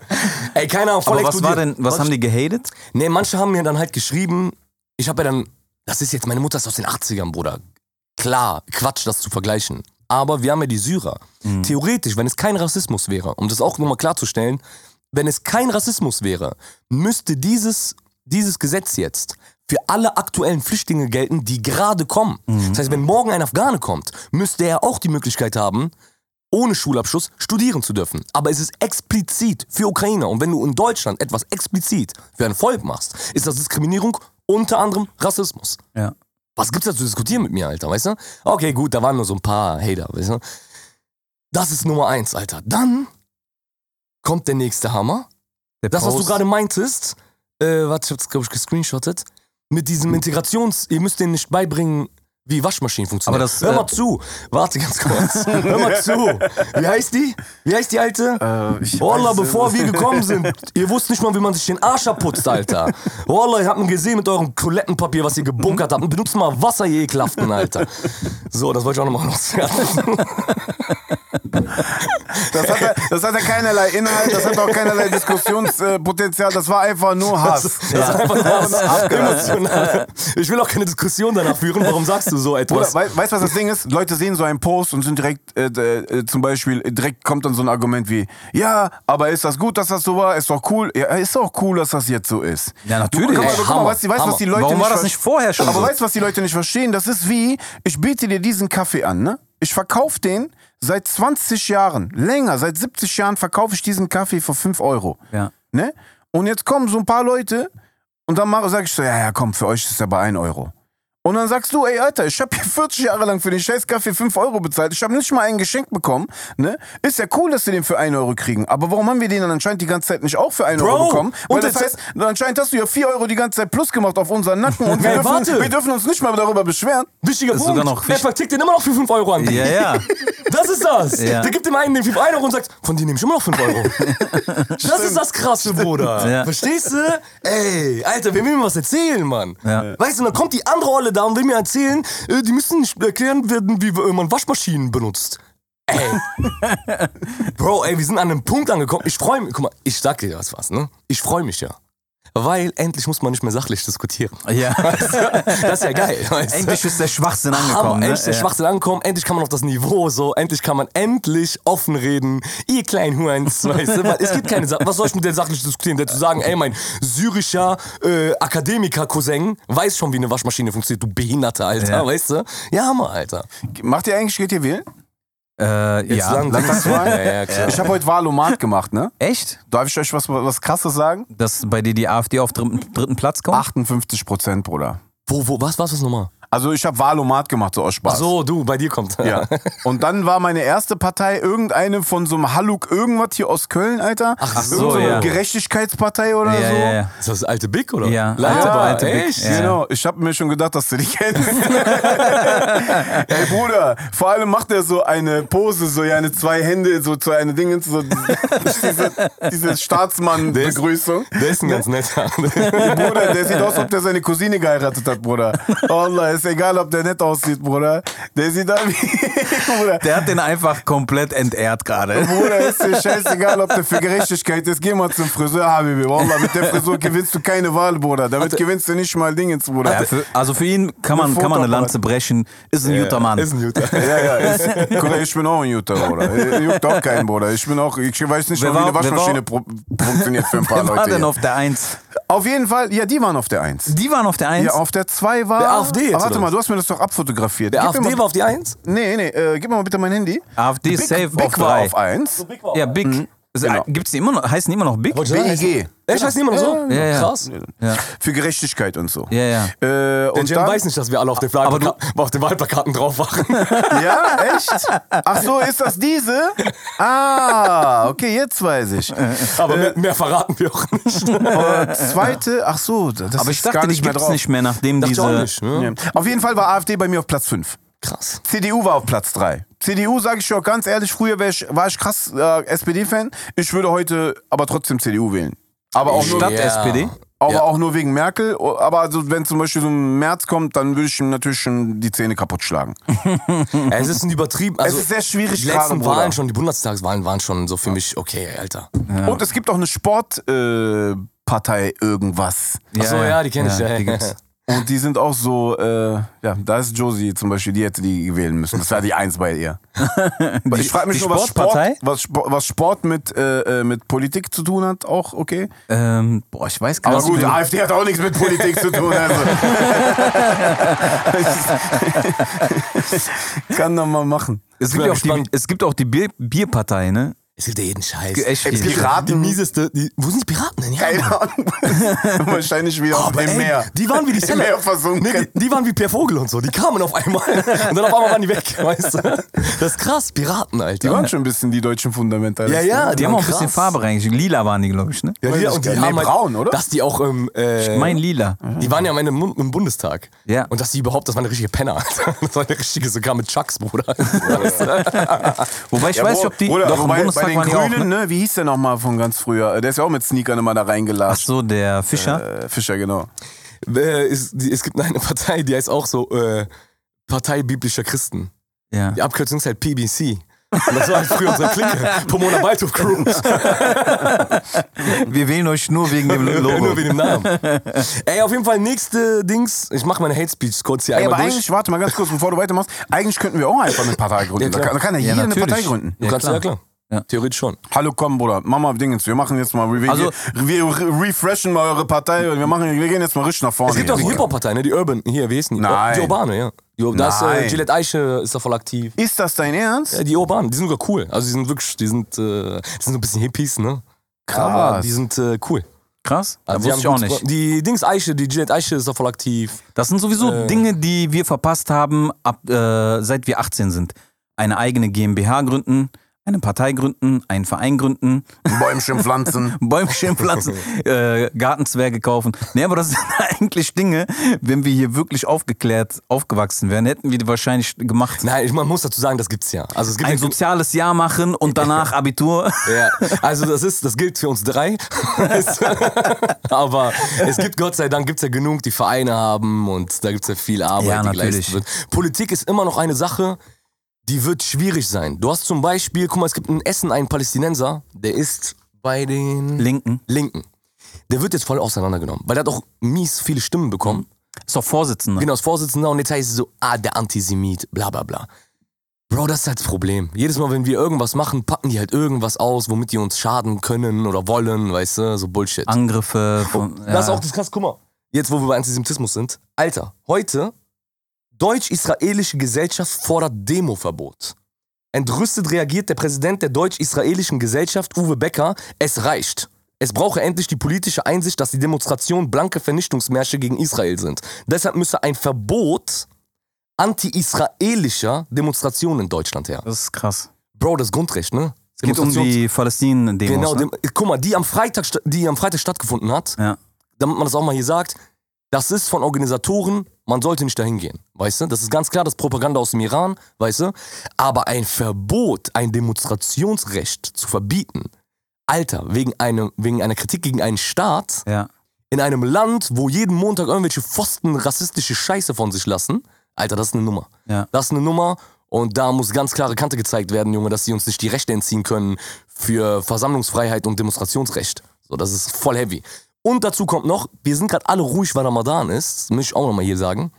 A: Ey, keine Ahnung, voll
C: Aber was war
A: explodiert.
C: denn, was haben die gehatet?
A: Nee, manche haben mir dann halt geschrieben, ich habe ja dann, das ist jetzt, meine Mutter ist aus den 80ern, Bruder. Klar, Quatsch, das zu vergleichen. Aber wir haben ja die Syrer. Theoretisch, wenn es kein Rassismus wäre, um das auch nochmal klarzustellen, wenn es kein Rassismus wäre, müsste dieses, dieses Gesetz jetzt für alle aktuellen Flüchtlinge gelten, die gerade kommen. Das heißt, wenn morgen ein Afghane kommt, müsste er auch die Möglichkeit haben, ohne Schulabschluss studieren zu dürfen. Aber es ist explizit für Ukrainer. Und wenn du in Deutschland etwas explizit für ein Volk machst, ist das Diskriminierung, unter anderem Rassismus.
C: Ja.
A: Was gibt's da zu diskutieren mit mir, Alter, weißt du? Okay, gut, da waren nur so ein paar Hater, weißt du? Das ist Nummer eins, Alter. Dann kommt der nächste Hammer.
C: Der
A: Das, was du
C: Post-
A: gerade meintest, äh, warte, ich hab's, glaube ich, gescreenshottet, mit diesem Integrations-, ihr müsst denen nicht beibringen, wie Waschmaschinen funktionieren.
C: Aber das,
A: Hör mal
C: äh,
A: zu, warte ganz kurz. Hör mal zu. Wie heißt die? Wie heißt die Alte?
B: Äh, ich
A: Wallah,
B: weiß es.
A: bevor wir gekommen sind, ihr wusst nicht mal, wie man sich den Arsch abputzt, Alter. Wallah, ich hab ihn gesehen mit eurem Toilettenpapier, was ihr gebunkert habt. Und benutzt mal Wasser, ihr Ekelhaften, Alter. So, das wollte ich auch nochmal loswerden.
B: Das hat, ja- das hat ja keinerlei Inhalt, das hat auch keinerlei Diskussionspotenzial, das war einfach nur Hass.
A: Das ist einfach das emotional. Ich will auch keine Diskussion danach führen, warum sagst du so
B: Oder,
A: etwas?
B: wei- weißt du, was das Ding ist? Leute sehen so einen Post und sind direkt, äh, d- äh, zum Beispiel, äh, direkt kommt dann so ein Argument wie, ja, aber ist das gut, dass das so war? Ist doch cool. Ja, ist doch cool, dass das jetzt so ist.
C: Ja, natürlich.
B: Du, guck mal,
C: Ey,
B: guck mal,
A: Hammer,
B: weißt, du, weißt, du, was die
A: Hammer.
B: Leute
C: Warum war das
B: ver-
C: nicht vorher schon
B: Aber
C: so?
B: weißt du, was die Leute nicht verstehen? Das ist wie, ich biete dir diesen Kaffee an, ne? Ich verkaufe den seit 20 Jahren, länger, seit 70 Jahren verkaufe ich diesen Kaffee für 5 Euro.
C: Ja.
B: Ne? Und jetzt kommen so ein paar Leute und dann sage ich so, ja, ja, komm, für euch ist der bei 1 Euro. Und dann sagst du, ey Alter, ich habe hier 40 Jahre lang für den scheiß Kaffee 5 Euro bezahlt, ich habe nicht mal ein Geschenk bekommen, ne? Ist ja cool, dass wir den für 1 Euro kriegen, aber warum haben wir den dann anscheinend die ganze Zeit nicht auch für 1 Euro
A: Bro,
B: bekommen? Weil
A: und
B: das
A: jetzt-
B: heißt, anscheinend hast du ja 4 Euro die ganze Zeit plus gemacht auf unseren Nacken und wir,
A: Ey,
B: dürfen,
A: warte.
B: wir dürfen uns nicht mal darüber beschweren.
A: Wichtiger
C: Ist
A: Punkt.
C: sogar noch
A: er
C: wichtig-
A: vertickt den immer noch für 5 Euro an.
C: Ja, ja.
A: Das ist das.
C: Ja.
A: Der gibt dem einen den 5 Euro und sagt, von dir nehme ich immer noch 5 Euro. das ist das Krasse, Bruder.
C: Ja.
A: Verstehst du? Ey, Alter, wer will mir was erzählen, Mann?
C: Ja.
A: Weißt du, und dann kommt die andere Olle da und will mir erzählen, äh, die müssen nicht erklären werden, wie äh, man Waschmaschinen benutzt. Ey. Bro, ey, wir sind an einem Punkt angekommen. Ich freue mich. Guck mal, ich sag dir das was, ne? Ich freue mich ja. Weil endlich muss man nicht mehr sachlich diskutieren.
C: ja.
A: Das ist ja geil. Weißt du?
C: Endlich ist der Schwachsinn
A: Hammer,
C: angekommen. ne?
A: endlich ist der
C: Ja.
A: Schwachsinn angekommen, endlich kann man auf das Niveau so, endlich kann man endlich offen reden, ihr kleinen Huans, weißt du, weil es gibt keine Sachen, was soll ich mit der sachlich diskutieren, der zu sagen, ey, mein syrischer äh, Akademiker-Cousin weiß schon, wie eine Waschmaschine funktioniert, du Behinderte, Alter,
C: Ja.
A: weißt du? Ja, Hammer, Alter.
B: Macht ihr eigentlich, geht ihr wählen?
C: Äh, ja.
A: lang-
B: Landtagswahl?
A: Ja, ja, klar.
B: Ich habe heute Wahlomat gemacht, ne?
C: Echt?
B: Darf ich euch was, was krasses sagen?
C: Dass bei dir die AfD auf dritten, dritten Platz
A: Oh.
C: kommt?
B: 58 Prozent, Bruder.
A: Wo, wo, was, was, was nochmal?
B: Also ich habe Wahlomat gemacht, so aus Spaß.
A: Ach so, du, bei dir kommt.
B: Ja. Und dann war meine erste Partei irgendeine von so einem Haluk irgendwas hier aus Köln, Alter.
A: Ach so,
B: Irgend eine
C: ja.
B: Gerechtigkeitspartei oder
C: ja,
B: so.
C: ja, ja.
A: Ist das alte Big, oder?
C: Ja,
B: Ah,
A: Leite
C: alte-
A: war,
C: alte Big,
A: echt?
C: ja.
B: Genau, ich habe mir schon gedacht, dass du die kennst. Ey Bruder, vor allem macht er so eine Pose, so ja, eine zwei Hände, so zu eine Ding, so diese, diese Staatsmann-Begrüßung.
A: Der ist ein ganz netter.
B: Bruder, der sieht aus, ob der seine Cousine geheiratet hat, Bruder. Allah, ist egal, ob der nett aussieht, Bruder. Der sieht da wie. Bruder,
C: Der hat den einfach komplett entehrt gerade.
B: Bruder, ist dir scheißegal, ob der für Gerechtigkeit ist. Geh mal zum Friseur, Habibi. Wallah, mit der Frisur gewinnst du keine Wahl, Bruder. Damit gewinnst du nicht mal Dingens, Bruder.
C: Ja, für, also für ihn kann man,
B: Eine
C: kann man eine
B: Fotoapparat.
C: Lanze brechen. Ist ein guter Mann.
A: Ist ein Jutta.
B: Ja, ja, ist, Guck mal, ich bin auch ein Jutta, Bruder. Juckt auch keinen, Bruder. Ich bin auch, ich weiß nicht,
C: Wer
B: mal, wie
C: war-
B: eine
C: wer war-
B: Waschmaschine pro, funktioniert für ein paar
C: Wer war
B: Leute.
C: Ah, denn
B: hier.
C: auf der Eins?
B: Auf jeden Fall, ja, die waren auf der Eins.
C: Die waren auf der Eins.
B: Ja, auf der zwei war.
A: Der AfD jetzt,
B: Aber
A: oder
B: warte mal,
A: was?
B: du hast mir das doch abfotografiert.
A: Der
B: Gib mir
A: AfD
B: mal,
A: war auf die Eins?
B: Nee, nee, äh, gib mir mal bitte mein Handy.
C: AfD
B: Big,
C: safe
B: Big
C: auf
B: war
C: drei.
B: auf eins.
C: ja, Big. Ist-
B: Genau.
C: Gibt's die immer noch? Heißen die immer noch Big?
B: BIG.
A: Ich weiß niemand so.
C: Ja, ja.
A: Krass.
C: Ja.
B: Für Gerechtigkeit und so.
C: Ja, ja.
B: Äh, und
A: Ich
B: dann,
A: weiß nicht, dass wir alle auf den,
C: Aber du-
A: Wahlplaka auf den Wahlplakaten drauf waren.
B: Ja, echt? Ach so, ist das diese? Ah, okay, jetzt weiß ich.
A: Aber mehr, mehr verraten wir auch nicht.
B: Äh, zweite, ach so, das ist
C: Aber ich dachte,
B: gar
C: die
B: nicht mehr
C: gibt's
B: drauf.
C: nicht mehr, nachdem
A: Dachte ich
C: diese.
A: auch nicht. Ne?
B: Nee. Auf jeden Fall war AfD bei mir auf Platz 5.
A: Krass.
B: CDU war auf Platz 3. CDU, sage ich dir auch ganz ehrlich, früher wär ich, war ich krass äh, SPD-Fan. Ich würde heute aber trotzdem CDU wählen. Aber auch, nur,
C: Stadt SPD?
B: aber
A: Ja.
B: auch nur wegen Merkel. Aber also, wenn zum Beispiel so ein März kommt, dann würde ich ihm natürlich schon die Zähne kaputt schlagen.
A: Es ist ein übertrieben. Also
B: ist sehr schwierig
A: Die letzten
B: gerade, Bruder.
A: Wahlen schon, die Bundestagswahlen waren schon so für mich, okay, Alter.
B: Und es gibt auch eine Sportpartei äh, Partei irgendwas.
A: Achso, ja, die kenne ich. Ja,
C: die gibt's.
B: Und die sind auch so, äh, ja, da ist Josie zum Beispiel, die hätte die wählen müssen. Das war die Eins bei ihr. Aber ich frage mich
C: die
B: nur, was Sport,
C: Sportpartei?
B: was, Sport, was Sport mit, äh, äh, mit Politik zu tun hat, auch okay.
C: Ähm, boah, ich weiß gar
B: Aber
C: nicht.
B: gut,
C: mehr.
B: AfD hat auch nichts mit Politik zu tun. Also. Kann doch mal machen.
C: es, gibt
A: bin
C: ja auch die,
A: gespannt.
C: es gibt auch die Bier, Bierpartei, ne?
A: Es gibt ja jeden Scheiß. es
C: Echt
A: gibt
C: viel.
A: Piraten. Die mieseste. Die, wo sind die Piraten denn? Ja,
B: Keine
A: Mann.
B: Ahnung. Wahrscheinlich wieder auf
A: aber
B: dem
A: ey,
B: Meer.
A: Die waren wie die
B: Im Meer versunken.
A: Nee, die, die waren wie Per Vogel und so. Die kamen auf einmal. Und dann auf einmal waren die weg, weißt du? Das ist krass. Piraten, Alter.
B: Die waren schon ein bisschen die deutschen Fundamentalisten.
A: Ja, ja,
C: Die haben auch ein bisschen
A: krass.
C: Farbe reingeschickt. Lila waren die, glaube ich, ne?
A: Ja,
B: Weiß
A: die,
B: ich
A: und die
B: gar nicht.
A: haben
B: Nee,
A: halt,
B: braun, oder?
A: Dass die auch, ähm, äh,
C: Mein Lila.
A: die waren ja am Ende im, Mund- im Bundestag.
C: Ja.
A: Und dass die überhaupt, das waren richtige Penner. Alter. Das waren richtige, sogar mit Chucks, Bruder.
C: Wobei ich
B: Ja, wo-
C: weiß nicht, ob die.
B: Oder
C: doch, im
B: bei, bei
C: Bundestag
B: den
C: waren die auch. Ne?
B: Grünen, ne? wie hieß der nochmal von ganz früher? Der ist ja auch mit Sneakern immer da
C: Ach
B: reingelascht.
C: so, der Fischer.
B: Äh, Fischer, genau.
A: äh, es, die, es gibt eine Partei, die heißt auch so äh, Partei biblischer Christen.
C: ja.
A: Die Abkürzung ist halt PBC. Und das war halt früher unsere Clique. Pomona Balto Crew.
C: Wir wählen euch nur wegen dem
A: Nur
C: Logo.
A: wegen dem Namen. Ey, auf jeden Fall, nächste Dings. Ich mach meine Hate Speech kurz hier
B: Ey, aber
A: einmal durch.
B: eigentlich, warte mal ganz kurz, bevor du weitermachst, eigentlich könnten wir auch einfach eine Partei gründen.
A: Ja,
B: da,
A: klar.
B: kann, da kann ja, jeder eine
C: natürlich.
B: Partei gründen.
A: Du
C: Ja,
A: kannst
C: klar.
A: ja klar.
C: Ja.
A: Theoretisch schon.
B: Hallo, komm, Bruder, mach mal Dingens. Wir machen jetzt mal, wir,
C: Also-
B: wir, wir re- refreshen mal eure Partei und wir, machen, wir gehen jetzt mal richtig nach vorne.
A: Es gibt
B: hier,
A: auch die
B: Bruder.
A: Hip-Hop-Partei, ne? Die Urban. Hier, wie heißen die?
B: Nein.
A: Die Urbane, ja. Die, Ur- da ist äh,
B: Nein.
A: Gillette Eiche ist da voll aktiv.
B: Ist das dein Ernst?
A: Ja, die Urbanen, die sind sogar cool. Also die sind wirklich, die sind, äh, die sind so ein bisschen Hippies, ne? Aber
B: Krass.
A: die sind äh, cool.
C: Krass. Da
A: Also die
C: wusste ich auch
A: haben gut-
C: nicht.
A: Die Dings Eiche, die Gillette Eiche ist da voll aktiv.
C: Das sind sowieso Dinge, die wir verpasst haben, ab, äh, seit wir 18 sind. Eine eigene GmbH gründen, eine Partei gründen, einen Verein gründen,
B: Bäumchen pflanzen.
C: Bäumchen pflanzen, äh, Gartenzwerge kaufen. Nee, aber das sind eigentlich Dinge, wenn wir hier wirklich aufgeklärt aufgewachsen wären, hätten wir die wahrscheinlich gemacht.
A: Nein, ich, man muss dazu sagen, das gibt's ja. Also es gibt
C: Ein
A: ja,
C: soziales Jahr machen und danach Abitur.
A: ja, also das ist, das gilt für uns drei. Weißt du? Aber es gibt Gott sei Dank gibt's ja genug, die Vereine haben und da gibt's ja viel Arbeit,
C: Ja,
A: die
C: natürlich.
A: geleistet wird. Politik ist immer noch eine Sache, die wird schwierig sein. Du hast zum Beispiel, guck mal, es gibt in Essen einen Palästinenser, der ist bei den
C: Linken.
A: Linken. Der wird jetzt voll auseinandergenommen, weil der hat auch mies viele Stimmen bekommen.
C: Ist doch Vorsitzender.
A: Genau, als Vorsitzender und jetzt heißt es so, ah, der Antisemit, bla bla bla. Bro, das ist halt das Problem. Jedes Mal, wenn wir irgendwas machen, packen die halt irgendwas aus, womit die uns schaden können oder wollen, weißt du, so Bullshit.
C: Angriffe von. Ja.
A: Oh, Das ist auch das krass, guck mal. Jetzt, wo wir bei Antisemitismus sind. Alter, heute, deutsch-israelische Gesellschaft fordert Demoverbot. Entrüstet reagiert der Präsident der deutsch-israelischen Gesellschaft, Uwe Becker, es reicht. Es brauche endlich die politische Einsicht, dass die Demonstrationen blanke Vernichtungsmärsche gegen Israel sind. Deshalb müsse ein Verbot anti-israelischer Demonstrationen in Deutschland her.
C: das ist krass.
A: Bro, das Grundrecht, ne?
C: Es geht um die Palästinen-Demos.
A: Genau,
C: ne?
A: dem, guck mal, die am Freitag, sta- die am Freitag stattgefunden hat,
C: Ja.
A: damit man das auch mal hier sagt, das ist von Organisatoren, man sollte nicht dahin gehen, weißt du? Das ist ganz klar, das ist Propaganda aus dem Iran, weißt du? Aber ein Verbot, ein Demonstrationsrecht zu verbieten, Alter, wegen, einem, wegen einer Kritik gegen einen Staat
C: ja.
A: in einem Land, wo jeden Montag irgendwelche Pfosten rassistische Scheiße von sich lassen, Alter, das ist eine Nummer.
C: Ja.
A: Das ist eine Nummer und da muss ganz klare Kante gezeigt werden, Junge, dass sie uns nicht die Rechte entziehen können für Versammlungsfreiheit und Demonstrationsrecht. So, das ist voll heavy. Und dazu kommt noch, wir sind gerade alle ruhig, weil Ramadan ist, das muss ich auch nochmal hier sagen,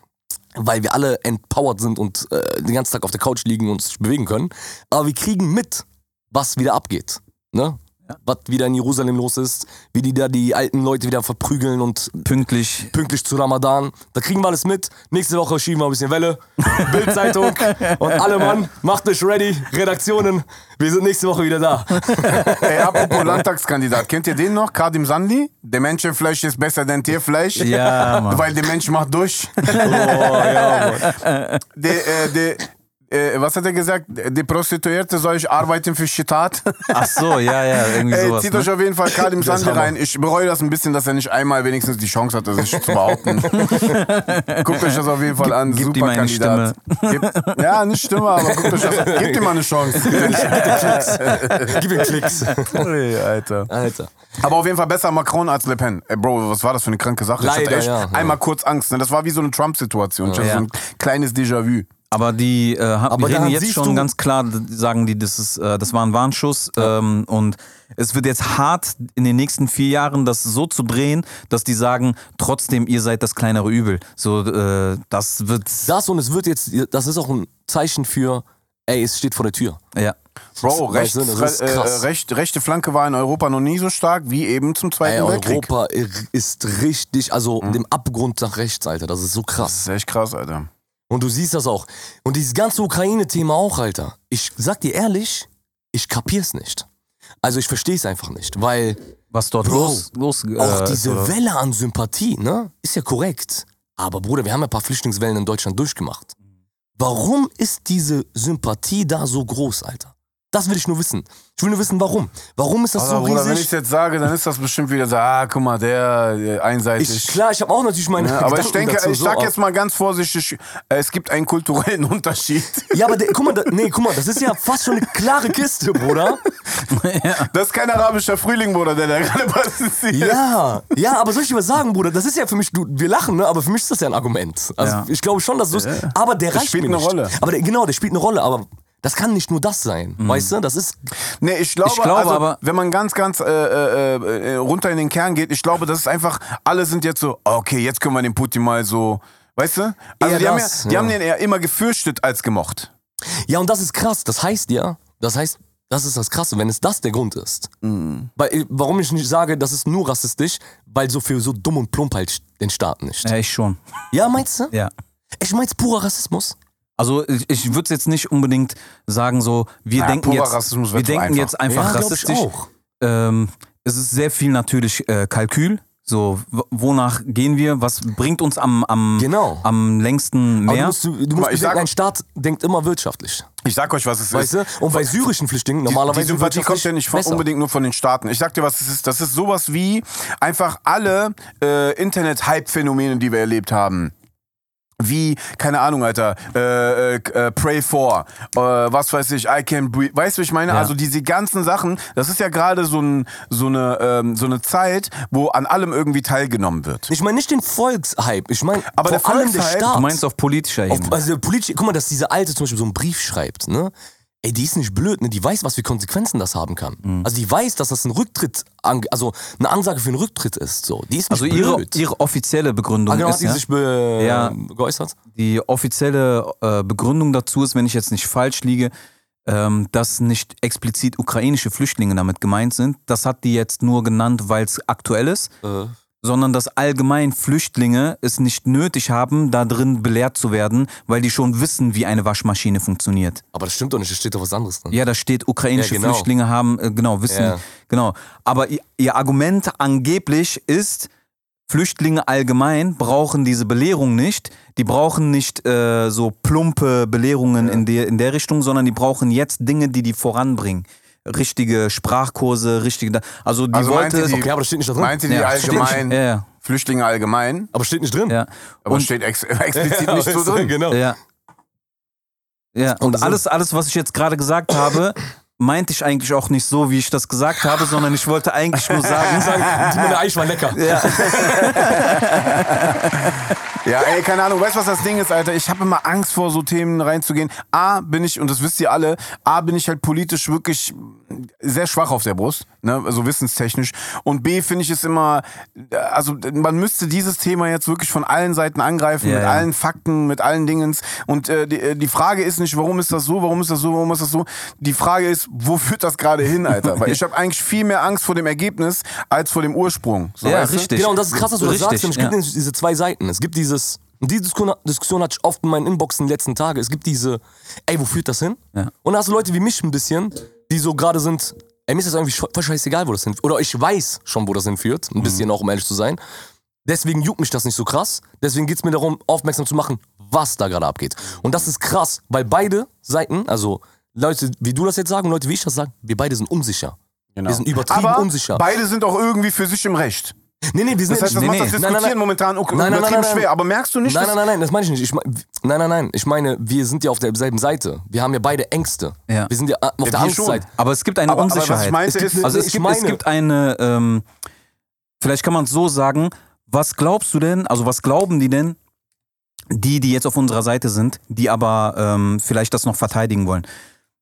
A: weil wir alle empowered sind und äh, den ganzen Tag auf der Couch liegen und uns nicht bewegen können. Aber wir kriegen mit, was wieder abgeht. Ne? Was wieder in Jerusalem los ist, wie die da die alten Leute wieder verprügeln und
C: Pünktlich.
A: pünktlich zu Ramadan. Da kriegen wir alles mit. Nächste Woche schieben wir ein bisschen Welle. Bildzeitung. Und alle Mann, macht euch ready. Redaktionen. Wir sind nächste Woche wieder da.
B: Ey, apropos Landtagskandidat, kennt ihr den noch? Kadim Sandi? Der Menschenfleisch ist besser denn Tierfleisch.
C: Ja, Mann.
B: Weil der Mensch macht durch.
A: Oh,
B: Der, äh, der, äh, was hat er gesagt? Die Prostituierte soll ich arbeiten für Shitat.
C: Ach so, ja, ja, irgendwie
B: Ey,
C: sowas.
B: zieht
C: Ne?
B: euch auf jeden Fall Kadim Sandi
A: Hammer.
B: rein. Ich bereue das ein bisschen, dass er nicht einmal wenigstens die Chance hatte, sich zu behaupten. guckt euch das auf jeden Fall an.
C: gib
B: Super
C: ihm eine
B: Kandidat. Gebt, ja, nicht Stimme, aber guckt euch das an. Gebt ihm mal eine Chance.
A: Gib ihm Klicks.
B: Ey, Alter.
A: Alter.
B: Aber auf jeden Fall besser Macron als Le Pen. Ey, Bro, was war das für eine kranke Sache? ich
A: Leider,
B: hatte echt
A: ja, ja.
B: einmal kurz Angst. Ne? Das war wie so eine Trump-Situation. Ich hatte
C: Ja.
B: so ein kleines Déjà-vu.
C: Aber die äh, haben,
A: Aber
C: reden
A: daran
C: jetzt
A: siehst
C: schon
A: du-
C: ganz klar, d- sagen die, das, ist, äh, das war ein Warnschuss. Ähm, und es wird jetzt hart, in den nächsten vier Jahren das so zu drehen, dass die sagen, trotzdem, ihr seid das kleinere Übel. So, äh, das wird.
A: Das und es wird jetzt, das ist auch ein Zeichen für, ey, es steht vor der Tür.
C: Ja.
B: Bro, rechts,
A: Weißt du, das ist
B: äh,
A: krass.
B: recht, rechte Flanke war in Europa noch nie so stark wie eben zum Zweiten
A: Ey,
B: Weltkrieg.
A: Europa ist richtig, also dem Abgrund nach rechts, Alter. Das ist so krass.
B: Das ist echt krass, Alter.
A: Und du siehst das auch. Und dieses ganze Ukraine-Thema auch, Alter. Ich sag dir ehrlich, ich kapier's nicht. Also ich versteh's einfach nicht, weil
C: Was dort
A: Bro,
C: los, los
A: auch
C: äh,
A: diese
C: ist, oder?
A: Welle an Sympathie, ne, ist ja korrekt. Aber Bruder, wir haben ja ein paar Flüchtlingswellen in Deutschland durchgemacht. Warum ist diese Sympathie da so groß, Alter? Das will ich nur wissen. Ich will nur wissen, warum. Warum ist das
B: Also,
A: so
B: Bruder, wenn ich
A: riesig?
B: jetzt sage, dann ist das bestimmt wieder so, ah, guck mal, der äh, einseitig.
A: ich, klar, ich habe auch natürlich meine.
B: Ja, aber ich
A: Gedanken
B: denke,
A: dazu,
B: ich
A: so,
B: sag
A: aber-
B: jetzt mal ganz vorsichtig, äh, es gibt einen kulturellen Unterschied.
A: Ja, aber der, guck mal, da, nee, guck mal, das ist ja fast schon eine klare Kiste, Bruder.
B: Das ist kein arabischer Frühling, Bruder, der da gerade passiert.
A: Ja, ja, aber soll ich dir was sagen, Bruder? Das ist ja für mich, du, wir lachen, ne? aber für mich ist das ja ein Argument. Also
C: Ja.
A: ich glaube schon, dass du es. Aber der reicht
B: spielt
A: mir
B: eine
A: nicht.
B: Rolle.
A: Aber der, genau, der spielt eine Rolle, aber das kann nicht nur das sein. Weißt du? Das ist.
B: Nee, ich glaube,
C: Ich glaube
B: also,
C: aber-
B: wenn man ganz, ganz äh, äh, äh, äh, runter in den Kern geht, ich glaube, das ist einfach, alle sind jetzt so, "Ah, okay, jetzt können wir den Putin mal so, weißt du? Also
A: Eher
B: die, haben ja,
A: das,
B: die
A: ja.
B: haben den eher immer gefürchtet als gemocht.
A: Ja, und das ist krass. Das heißt ja, das heißt, das ist das Krasse, wenn es das der Grund ist. Weil, äh, warum ich nicht sage, das ist nur rassistisch, weil so für so dumm und plump halt den Staat nicht.
C: Ja, ich schon.
A: Ja, meinst du?
C: Ja.
A: Ich mein's purer Rassismus.
C: Also ich, ich würde es jetzt nicht unbedingt sagen, so wir
B: Ja,
C: denken
B: purer
C: jetzt,
B: Rassismus
C: wir
B: wird so
C: denken
B: einfach.
C: jetzt einfach
A: ja, glaub
C: rassistisch.
A: Ich auch.
C: Ähm, es ist sehr viel natürlich äh, Kalkül. So w- wonach gehen wir? Was bringt uns am am
A: Genau.
C: am längsten
A: Aber du
C: mehr?
A: musst, du, du musst
B: ich
A: bedenken,
B: sag-
A: ein Staat denkt immer wirtschaftlich.
B: Ich sag euch, was es
A: Weißt
B: ist.
A: du? Und bei syrischen Flüchtlingen normalerweise.
B: Die Sympathie
A: wirtschaftlich
B: kommt ja nicht von,
A: besser.
B: unbedingt nur von den Staaten. Ich sag dir, was es ist. Das ist sowas wie einfach alle äh, Internet-Hype-Phänomene, die wir erlebt haben. Wie, keine Ahnung, Alter, äh, äh, äh, Pray for, äh, was weiß ich, I can breathe. Weißt du, wie ich meine?
C: Ja.
B: Also diese ganzen Sachen, das ist ja gerade so, ein, so, eine, ähm, so eine Zeit, wo an allem irgendwie teilgenommen wird.
A: Ich meine nicht den Volkshype, ich meine
B: Aber
A: vor
B: der
A: allem der
B: Volkshype,
A: Staat.
C: Du meinst auf politischer
A: Auf-
C: Ebene.
A: also politisch, guck mal, dass diese Alte zum Beispiel so einen Brief schreibt, ne? Ey, die ist nicht blöd, ne? Die weiß, was für Konsequenzen das haben kann.
B: Mhm.
A: Also die weiß, dass das ein Rücktritt, an- also eine Ansage für einen Rücktritt ist. So. Die ist nicht
C: also ihre,
A: blöd.
C: ihre offizielle Begründung
A: ah, genau, hat
C: ist
A: die
C: ja,
A: sich be
C: Ja.
A: geäußert?
C: die offizielle äh, Begründung dazu ist, wenn ich jetzt nicht falsch liege, ähm, dass nicht explizit ukrainische Flüchtlinge damit gemeint sind. Das hat die jetzt nur genannt, weil es aktuell ist.
B: Äh.
C: sondern dass allgemein Flüchtlinge es nicht nötig haben, da drin belehrt zu werden, weil die schon wissen, wie eine Waschmaschine funktioniert.
A: Aber das stimmt doch nicht, da steht doch was anderes drin.
C: Ja, da steht, ukrainische
A: Ja, genau.
C: Flüchtlinge haben, äh, genau, wissen,
A: Ja.
C: genau. Aber ihr, ihr Argument angeblich ist, Flüchtlinge allgemein brauchen diese Belehrung nicht. Die brauchen nicht äh, so plumpe Belehrungen in, der, in der Richtung, sondern die brauchen jetzt Dinge, die die voranbringen. Richtige Sprachkurse, richtige. Also die
B: Also meinte
C: wollte.
B: die-
A: Okay, aber das steht nicht da drin.
B: Meint ihr die
C: Hm. Ja,
B: allgemein,
C: stimmt. Ja, ja.
B: Flüchtlinge allgemein?
A: aber steht nicht drin.
C: ja.
B: Aber
C: Und-
B: steht ex explizit nicht so drin.
A: Genau.
C: Ja. Ja, und alles, alles, was ich jetzt gerade gesagt habe, meinte ich eigentlich auch nicht so, wie ich das gesagt habe, sondern ich wollte eigentlich nur sagen,
A: Sagen, die meine Eich war lecker.
B: Ja, ey, keine Ahnung. Weißt du, was das Ding ist, Alter? Ich habe immer Angst vor so Themen reinzugehen. A, bin ich, und das wisst ihr alle, A, bin ich halt politisch wirklich sehr schwach auf der Brust, ne? also wissenstechnisch. Und B, finde ich es immer, äh, also man müsste dieses Thema jetzt wirklich von allen Seiten angreifen,
C: Ja,
B: mit
C: ja.
B: allen Fakten, mit allen Dingens. Und äh, die, äh, die Frage ist nicht, warum ist das so, warum ist das so, warum ist das so. Die Frage ist, wo führt das gerade hin, Alter? Weil ich habe eigentlich viel mehr Angst vor dem Ergebnis als vor dem Ursprung. So,
C: Ja,
B: weißt du?
C: richtig.
A: Genau, und das ist krass, dass du das
C: Richtig,
A: sagst, denn es
C: ja.
A: gibt nämlich diese zwei Seiten. Es gibt dieses, und diese Disku- Diskussion hatte ich oft in meinen Inboxen die letzten Tage, es gibt diese, ey, wo führt das hin?
C: Ja.
A: Und da hast du Leute wie mich ein bisschen, die so gerade sind, ey, mir ist das irgendwie sch- voll scheißegal, wo das hinführt. Oder ich weiß schon, wo das hinführt, ein bisschen auch, um ehrlich zu sein. Deswegen juckt mich das nicht so krass. Deswegen geht es mir darum, aufmerksam zu machen, was da gerade abgeht. Und das ist krass, weil beide Seiten, also Leute, wie du das jetzt sagen und Leute, wie ich das sage, wir beide sind unsicher.
B: Genau.
C: Genau.
A: Wir sind übertrieben
B: Aber
A: unsicher.
B: beide sind auch irgendwie für sich im Recht.
A: Nee, nee, wir sind
B: Das heißt, das
A: nee,
B: macht
A: nee.
B: das
A: Nein, nein,
B: Diskutieren
A: nein.
B: momentan okay,
A: Nein, nein,
B: übertrieben
A: nein, nein.
B: schwer. Aber merkst du nicht,
A: Nein,
B: dass
A: nein, nein, nein, das meine ich nicht. Ich mein, nein, nein, nein. Ich meine, wir sind ja auf derselben Seite. Wir haben ja beide Ängste.
C: Ja.
A: Wir sind ja äh, auf der
B: wir schon.
A: Angstseite.
C: aber es gibt eine
B: Aber- aber was ich
C: Unsicherheit.
B: meinte,
C: es gibt,
B: ist-
C: also es
A: ich
C: gibt, es
A: meine-
C: gibt eine, ähm, vielleicht kann man es so sagen, was glaubst du denn, also was glauben die denn, die, die jetzt auf unserer Seite sind, die aber ähm, vielleicht das noch verteidigen wollen.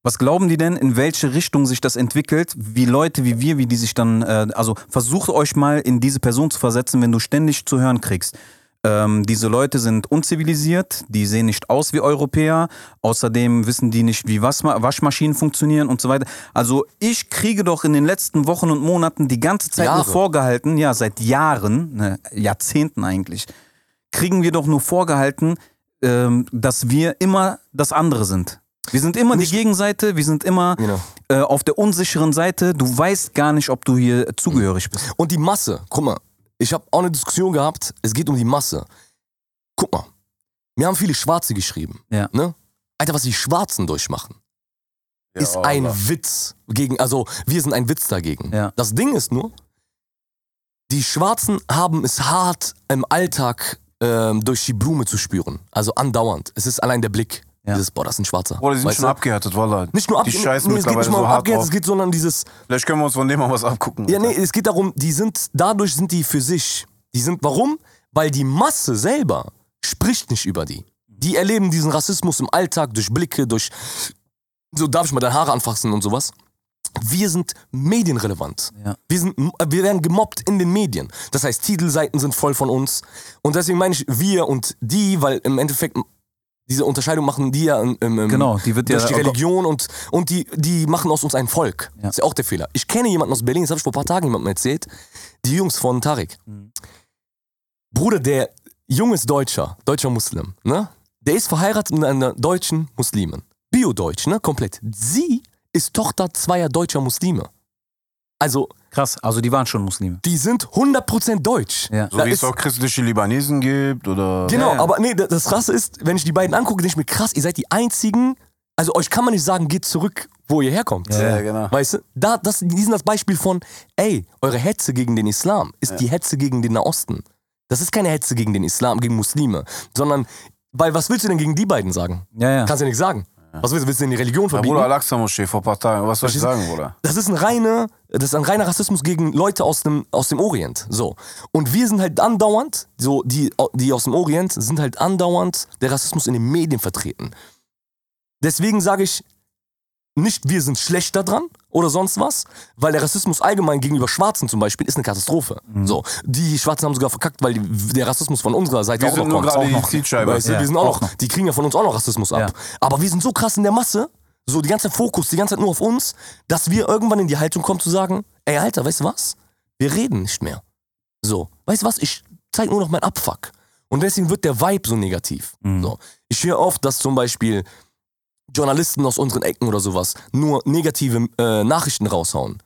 C: Was glauben die denn, in welche Richtung sich das entwickelt? Wie Leute wie wir, wie die sich dann, äh, also versucht euch mal in diese Person zu versetzen, wenn du ständig zu hören kriegst. Ähm, diese Leute sind unzivilisiert, die sehen nicht aus wie Europäer, außerdem wissen die nicht, wie Waschma Waschmaschinen funktionieren und so weiter. Also ich kriege doch in den letzten Wochen und Monaten die ganze Zeit nur
A: Jahre.
C: vorgehalten, ja seit Jahren, ne, Jahrzehnten eigentlich, kriegen wir doch nur vorgehalten, ähm, dass wir immer das andere sind. Wir sind immer die Gegenseite, wir sind immer
A: Genau.
C: äh, auf der unsicheren Seite. Du weißt gar nicht, ob du hier zugehörig bist.
A: Und die Masse, guck mal, ich habe auch eine Diskussion gehabt, es geht um die Masse. Guck mal, mir haben viele Schwarze geschrieben.
C: Ja.
A: Ne? Alter, was die Schwarzen durchmachen,
B: Ja, oh,
A: ist ein
B: aber-
A: Witz gegen, also wir sind ein Witz dagegen.
C: Ja.
A: Das Ding ist nur, die Schwarzen haben es hart im Alltag ähm, durch die Blume zu spüren. Also andauernd. Es ist allein der Blick.
C: Ja.
A: Dieses, boah, das ist ein Schwarzer.
B: Boah, die sind
A: Weißt
B: schon
A: du?
B: abgehärtet, Wallah.
A: Nicht nur ab,
B: Die scheißen
A: nee, es geht
B: mittlerweile
A: nicht mal
B: so
A: um
B: hart
A: abgehärtet,
B: drauf.
A: es geht, sondern dieses,
B: Vielleicht können wir uns von dem mal was abgucken.
A: Ja,
B: Alter.
A: nee, es geht darum, die sind, dadurch sind die für sich. Die sind, warum? Weil die Masse selber spricht nicht über die. Die erleben diesen Rassismus im Alltag durch Blicke, durch, so darf ich mal deine Haare anfassen und sowas. Wir sind medienrelevant.
C: Ja.
A: Wir, sind, wir werden gemobbt in den Medien. Das heißt, Titelseiten sind voll von uns. Und deswegen meine ich wir und die, weil im Endeffekt diese Unterscheidung machen die ja im, im, im-
C: Genau, die wird ja-
A: durch die Religion und, und die, die machen aus uns ein Volk. Das ist ja auch der Fehler. Ich kenne jemanden aus Berlin, das habe ich vor ein paar Tagen jemandem erzählt, die Jungs von Tarek.
C: Mhm.
A: Bruder, der Junge ist Deutscher, deutscher Muslim, ne? Der ist verheiratet mit einer deutschen Muslimin. Bio-Deutsch, ne? Komplett. Sie ist Tochter zweier deutscher Muslime. Also,
C: Krass, also die waren schon Muslime.
A: die sind 100% deutsch.
C: Ja.
B: So
A: Da
B: wie es
A: ist-
B: auch christliche Libanesen gibt oder.
A: Genau,
C: Ja, ja.
A: aber nee, das- das Krasse ist, wenn ich die beiden angucke, denke ich mir, krass, ihr seid die einzigen, also euch kann man nicht sagen, geht zurück, wo ihr herkommt.
C: Ja, ja,
B: genau.
A: Weißt du, da, das, die sind das Beispiel von, ey, eure Hetze gegen den Islam ist die Hetze gegen den Nahosten. Das ist keine Hetze gegen den Islam, gegen Muslime, sondern, weil was willst du denn gegen die beiden sagen?
C: Ja, ja.
A: Kannst du ja nichts sagen. Was willst du? Willst du denn die Religion
B: Ja,
A: verbieten?
B: Bruder, Al-Aqsa-Moschee vor ein paar Tagen. Was soll ich sagen, Bruder?
A: Das ist ein reiner, das ist ein reiner Rassismus gegen Leute aus dem, aus dem Orient. So. Und wir sind halt andauernd, so, die, die aus dem Orient sind halt andauernd der Rassismus in den Medien vertreten. Deswegen sage ich, nicht wir sind schlechter dran oder sonst was, weil der Rassismus allgemein gegenüber Schwarzen zum Beispiel ist eine Katastrophe.
B: Mhm.
A: So, die Schwarzen haben sogar verkackt, weil die, der Rassismus von unserer Seite
B: Wir
A: auch
B: sind
A: noch
B: nur
A: kommt.
B: gerade
A: Auch
B: die
A: noch.
B: Zielscheibe.
A: Weißt du,
C: Ja,
A: wir sind auch,
C: auch
A: noch, die kriegen ja von uns auch noch Rassismus ab.
C: Ja.
A: Aber wir sind so krass in der Masse, so die ganze Fokus, die ganze Zeit nur auf uns, dass wir irgendwann in die Haltung kommen zu sagen, ey Alter, weißt du was? Wir reden nicht mehr. So, weißt du was? Ich zeig nur noch mein Abfuck. Und deswegen wird der Vibe so negativ. So. Ich höre oft, dass zum Beispiel Journalisten aus unseren Ecken oder sowas nur negative äh, Nachrichten raushauen.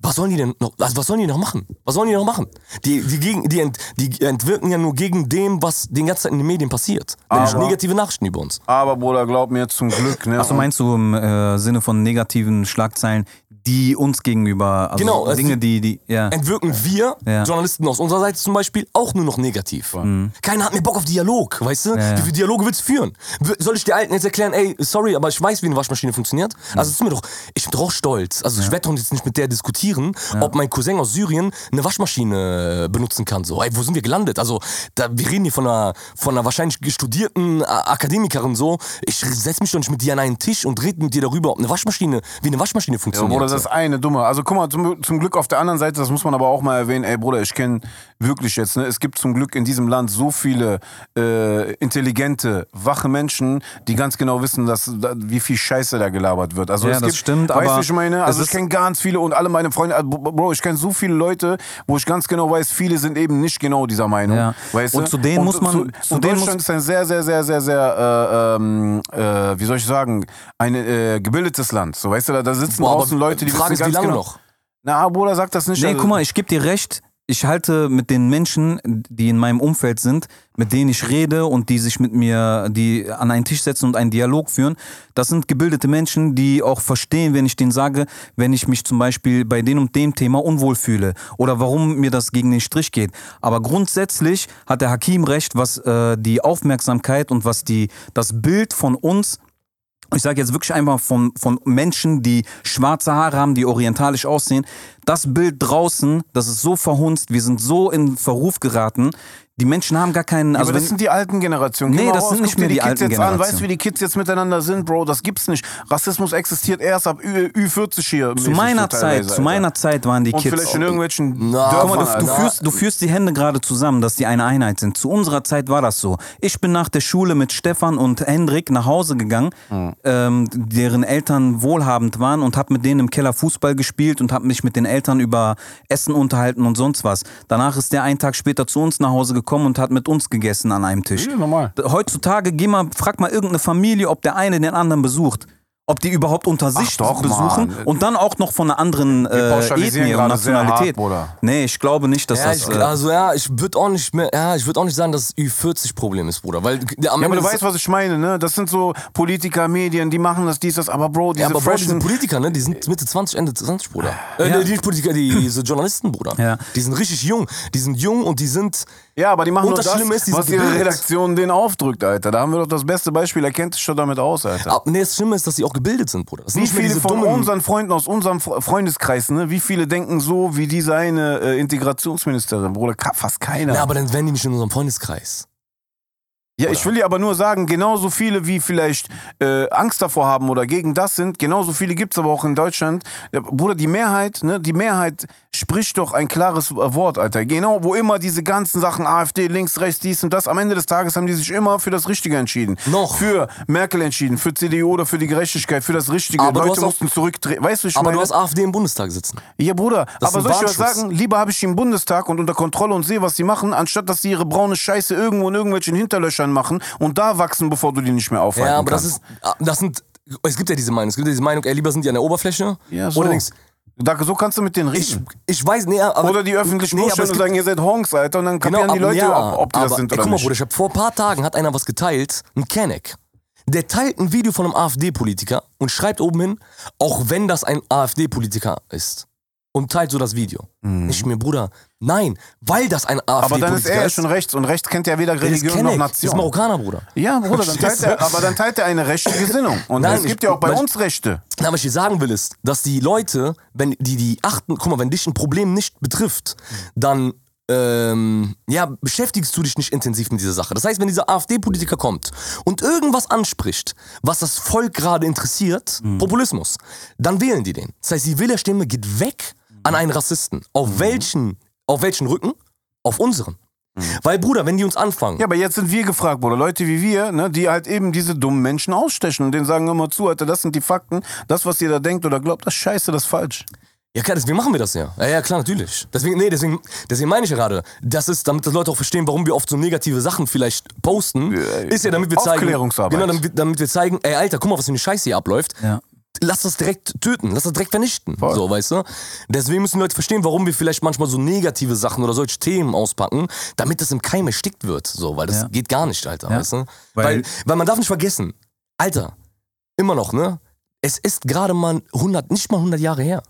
A: Was sollen die denn noch, also was sollen die noch machen? Was sollen die noch machen? Die, die, gegen, die, ent, die entwirken ja nur gegen dem, was den ganzen Zeit in den Medien passiert. Nämlich
B: Aber-
A: negative Nachrichten über uns.
B: Aber Bruder, glaub mir zum Glück, ne?
C: Also meinst du im äh, Sinne von negativen Schlagzeilen, die uns gegenüber, also
A: Genau, also
C: Dinge, die, die, ja.
A: Entwirken wir,
C: Ja.
A: Journalisten aus unserer Seite zum Beispiel, auch nur noch negativ.
B: Mhm.
A: Keiner hat mehr Bock auf Dialog, weißt du?
C: ja.
A: Wie viele Dialoge willst du führen? W- Soll ich der Alten jetzt erklären, ey, sorry, aber ich weiß, wie eine Waschmaschine funktioniert?
C: Mhm.
A: Also ist mir doch, ich bin doch auch stolz. Also ich werde doch jetzt nicht mit der diskutieren, ob mein Cousin aus Syrien eine Waschmaschine äh, benutzen kann. So, ey, wo sind wir gelandet? Also da, wir reden hier von einer, von einer wahrscheinlich studierten A- Akademikerin so. Ich setze mich doch nicht mit dir an einen Tisch und rede mit dir darüber, ob eine Waschmaschine, wie eine Waschmaschine
B: Ja,
A: funktioniert.
B: Bruder, das ist eine dumme. Also guck mal, zum, zum Glück auf der anderen Seite, das muss man aber auch mal erwähnen, ey Bruder, ich kenne wirklich jetzt, ne, es gibt zum Glück in diesem Land so viele äh, intelligente, wache Menschen, die ganz genau wissen, dass, da, wie viel Scheiße da gelabert wird. Also
C: Ja,
B: es
C: das
B: gibt,
C: stimmt,
B: weißt du,
C: aber
B: ich meine,
C: es
B: also ich
C: ist-
B: kenne ganz viele und alle meine Freunde, also, Bro, ich kenne so viele Leute, wo ich ganz genau weiß, viele sind eben nicht genau dieser Meinung.
C: Ja.
B: Weißt
C: Und
B: du?
C: zu denen muss man-
B: Zu,
C: zu
B: und
C: denen
B: Deutschland
C: muss-
B: ist ein sehr, sehr, sehr, sehr, sehr, äh, ähm, äh, wie soll ich sagen, ein äh, gebildetes Land. So, weißt du, da, da sitzen
A: Boah, aber
B: draußen Leute, die
A: Frage
B: wissen
A: ist, wie
B: ganz
A: lange
B: genau.
A: noch?
B: Na, Bruder, sag das nicht.
C: Nee,
B: also-
C: guck mal, ich gebe dir recht. Ich halte mit den Menschen, die in meinem Umfeld sind, mit denen ich rede und die sich mit mir, die an einen Tisch setzen und einen Dialog führen, das sind gebildete Menschen, die auch verstehen, wenn ich denen sage, wenn ich mich zum Beispiel bei dem und dem Thema unwohl fühle oder warum mir das gegen den Strich geht. Aber grundsätzlich hat der Hakim recht, was äh, die Aufmerksamkeit und was die, das Bild von uns ich sage jetzt wirklich einmal von, von Menschen, die schwarze Haare haben, die orientalisch aussehen, das Bild draußen, das ist so verhunzt, wir sind so in Verruf geraten, Die Menschen haben gar keinen. Also
B: aber das
C: wenn-
B: sind die alten Generationen. Geh
C: Nee,
B: mal
C: das
B: raus,
C: sind nicht
B: guck dir
C: mehr die
B: Kids
C: alten
B: jetzt an. Weißt du,
C: Generationen.
B: wie die Kids jetzt miteinander sind, Bro? Das gibt's nicht. Rassismus existiert erst ab Ü- Ü40 hier.
C: zu meiner Zeit, zu meiner Zeit waren die
B: Und
C: Kids.
B: vielleicht in irgendwelchen
A: Na,
B: Dörfern.
A: guck
C: Guck mal, du, du,
A: Alter.
C: führst, du führst die Hände gerade zusammen, dass die eine Einheit sind. Zu unserer Zeit war das so. Ich bin nach der Schule mit Stefan und Hendrik nach Hause gegangen,
A: Hm.
C: ähm, deren Eltern wohlhabend waren und habe mit denen im Keller Fußball gespielt und habe mich mit den Eltern über Essen unterhalten und sonst was. Danach ist der einen Tag später zu uns nach Hause gekommen und hat mit uns gegessen an einem Tisch.
B: Ja, normal.
C: Heutzutage geh mal, frag mal irgendeine Familie, ob der eine den anderen besucht. Ob die überhaupt unter sich
B: doch,
C: besuchen
B: Mann.
C: und dann auch noch von einer anderen
B: Wir
C: äh,
B: pauschalisieren
C: Ethnie und
B: gerade sehr hart,
C: Nationalität.
B: Bruder.
C: nee, ich glaube nicht, dass
A: Ja,
C: das.
A: ich,
C: äh,
A: also ja, ich würde auch nicht mehr, ja, ich würde auch nicht sagen, dass es Ü40-Problem ist, Bruder. Weil der, am
B: Ja, aber
A: Ende
B: du
A: des-
B: weißt, was ich meine, ne? Das sind so Politiker, Medien, die machen das, dies, das. Aber Bro, diese
A: ja, aber Bro, diese
B: freshen... Ah,
A: Politiker, ne, die sind Mitte 20, Ende 20, Bruder. Äh,
C: Ja.
A: nee, die nicht Politiker, die, diese Journalisten, Bruder.
C: Ja.
A: Die sind richtig jung. Die sind jung und die sind.
B: Ja, aber die machen
A: Und
B: nur
A: das
B: das,
A: Schlimme ist, die sind
B: was ihre
A: gebildet.
B: Redaktion denen aufdrückt, Alter. Da haben wir doch das beste Beispiel. Er kennt sich schon damit aus, Alter.
A: Ab, nee, das Schlimme ist, dass die auch gebildet sind, Bruder. Das sind
B: Wie
A: nicht mehr
B: viele
A: diese
B: von
A: dummen.
B: unseren Freunden aus unserem Fre- Freundeskreis, ne? Wie viele denken so wie diese eine äh, Integrationsministerin, Bruder? Ka- Fast keiner.
A: ja,
B: Ja,
A: aber dann wären die nicht in unserem Freundeskreis.
B: ich will dir aber nur sagen, genauso viele, wie vielleicht äh, Angst davor haben oder gegen das sind, genauso viele gibt's aber auch in Deutschland. Ja, Bruder, die Mehrheit, ne? Die Mehrheit spricht doch ein klares äh, Wort, Alter. Genau, wo immer diese ganzen Sachen, AfD, links, rechts, dies und das, am Ende des Tages haben die sich immer für das Richtige entschieden.
A: Noch.
B: Für Merkel entschieden, für CDU oder für die Gerechtigkeit, für das Richtige.
A: Aber du
B: Leute
A: hast auch-
B: mussten zurückdrehen. Weißt du, wie ich
A: Aber
B: meine?
A: du hast AfD im Bundestag sitzen.
B: Ja, Bruder,
A: Das ist
B: aber
A: ein
B: soll ich dir was
A: Warnschuss.
B: sagen? Lieber habe ich die im Bundestag und unter Kontrolle und sehe, was die machen, anstatt dass sie ihre braune Scheiße irgendwo in irgendwelchen Hinterlöchern machen und da wachsen, bevor du die nicht mehr aufhalten
A: Ja, aber das
B: kannst.
A: ist. ah, Das sind. Es gibt ja diese Meinung. Es gibt ja diese Meinung, ey, lieber sind die an der Oberfläche.
B: ja, so.
A: Oder links.
B: Da, so kannst du mit denen
A: Ich,
B: reden.
A: ich weiß, nee, aber.
B: oder die öffentlich
A: nee,
B: nee,
A: aber es gibt-
B: und
A: Genau,
B: sagen, ihr seid Honks, Alter, und dann kapieren
A: aber-
B: die Leute,
A: ja,
B: ob, ob die
A: aber,
B: das sind
A: ey,
B: oder
A: guck mal,
B: nicht.
A: Bruder, ich hab vor ein paar Tagen hat einer was geteilt, ein Kenneck. Der teilt ein Video von einem AfD-Politiker und schreibt oben hin, auch wenn das ein AfD-Politiker ist. Und teilt so das Video. Nicht mir, Bruder. Nein, weil das ein
B: Mhm. aber dann ist
A: AfD-Politiker
B: er ja
A: ist.
B: schon rechts und rechts kennt ja weder
A: der ist
B: Religion noch
A: Kenneck, ist
B: Nation.
A: Marokkaner, Bruder.
B: Ja, Bruder, dann teilt
A: Verstehst
B: er,
A: du?
B: aber dann teilt er eine rechte Gesinnung. Und
A: Nein,
B: es gibt
A: ich-
B: ja auch bei
A: weil-
B: uns Rechte.
A: Na, was ich dir sagen will, ist, dass die Leute, wenn die, die achten, guck mal, wenn dich ein Problem nicht betrifft, dann ähm, ja, beschäftigst du dich nicht intensiv mit dieser Sache. Das heißt, wenn dieser AfD-Politiker kommt und irgendwas anspricht, was das Volk gerade interessiert, Populismus, dann wählen die den. Das heißt, die Wählerstimme geht weg an einen Rassisten. Auf welchen, auf welchen Rücken? Auf unseren. Weil, Bruder, wenn die uns anfangen,
B: Ja, aber jetzt sind wir gefragt, Bruder. Leute wie wir, ne, die halt eben diese dummen Menschen ausstechen und denen sagen immer zu, Alter, das sind die Fakten. Das, was ihr da denkt oder glaubt, das ist scheiße, das ist falsch.
A: Ja klar, deswegen machen wir das ja. Ja, ja klar, natürlich. Deswegen, nee, deswegen, deswegen meine ich ja gerade, das ist, damit die Leute auch verstehen, warum wir oft so negative Sachen vielleicht posten, ist ja, damit wir zeigen,
B: Aufklärungsarbeit.
A: genau, damit, wir- damit wir zeigen, ey Alter, guck mal, was für eine Scheiße hier abläuft.
C: Ja.
A: Lass das direkt töten, lass das direkt vernichten, so, weißt du? Deswegen müssen die Leute verstehen, warum wir vielleicht manchmal so negative Sachen oder solche Themen auspacken, damit das im Keim erstickt wird, so, weil das
C: Ja.
A: geht gar nicht, Alter,
C: Ja.
A: weißt du? Weil,
C: Weil-
A: weil, weil man darf nicht vergessen, Alter, immer noch, ne? Es ist gerade mal 100, nicht mal 100 Jahre her.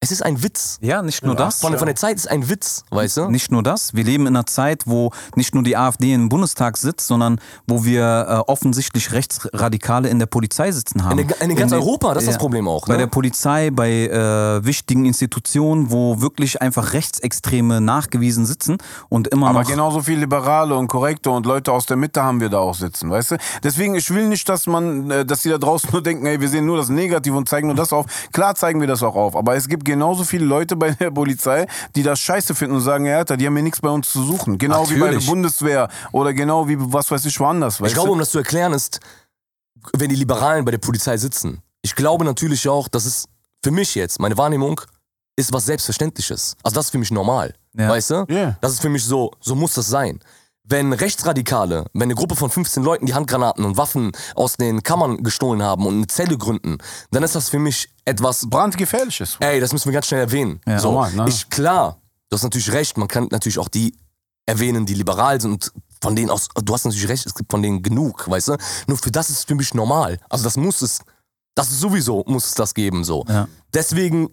A: Es ist ein Witz.
C: ja, nicht nur das.
A: Von, von der Zeit ist ein Witz, weißt du?
C: Nicht nur das. Wir leben in einer Zeit, wo nicht nur die AfD im Bundestag sitzt, sondern wo wir äh, offensichtlich Rechtsradikale in der Polizei sitzen haben.
A: In der- in ganz
C: den-
A: Europa, das ist das Problem auch,
C: Bei
A: ne?
C: der Polizei, bei äh, wichtigen Institutionen, wo wirklich einfach Rechtsextreme nachgewiesen sitzen und immer
B: Aber
C: noch.
B: genauso viele Liberale und Korrekte und Leute aus der Mitte haben wir da auch sitzen, weißt du? Deswegen, ich will nicht, dass man, äh, dass die da draußen nur denken, ey, wir sehen nur das Negative und zeigen nur das auf. Klar zeigen wir das auch auf, aber es gibt genauso viele Leute bei der Polizei, die das scheiße finden und sagen, ja, Alter, die haben hier nichts bei uns zu suchen. Genau wie bei der
A: Natürlich.
B: Bundeswehr oder genau wie, was weiß ich, woanders, weißt
A: Ich glaube,
B: du?
A: um das zu erklären, ist, wenn die Liberalen bei der Polizei sitzen, ich glaube natürlich auch, dass es für mich jetzt, meine Wahrnehmung, ist was Selbstverständliches. Also das ist für mich normal.
C: Ja.
A: Weißt du?
B: Ja.
A: Das ist für mich so, so muss das sein. Wenn Rechtsradikale, wenn eine Gruppe von 15 Leuten die Handgranaten und Waffen aus den Kammern gestohlen haben und eine Zelle gründen, dann ist das für mich etwas
B: Brandgefährliches.
A: Ey, das müssen wir ganz schnell erwähnen.
C: Ja.
A: so,
B: Normal, ne?
A: ich, klar, du hast natürlich recht, man kann natürlich auch die erwähnen, die liberal sind und von denen aus, du hast natürlich recht, es gibt von denen genug, weißt du? Nur für das ist es für mich normal. Also das muss es, das ist sowieso, muss es das geben, so.
C: Ja.
A: Deswegen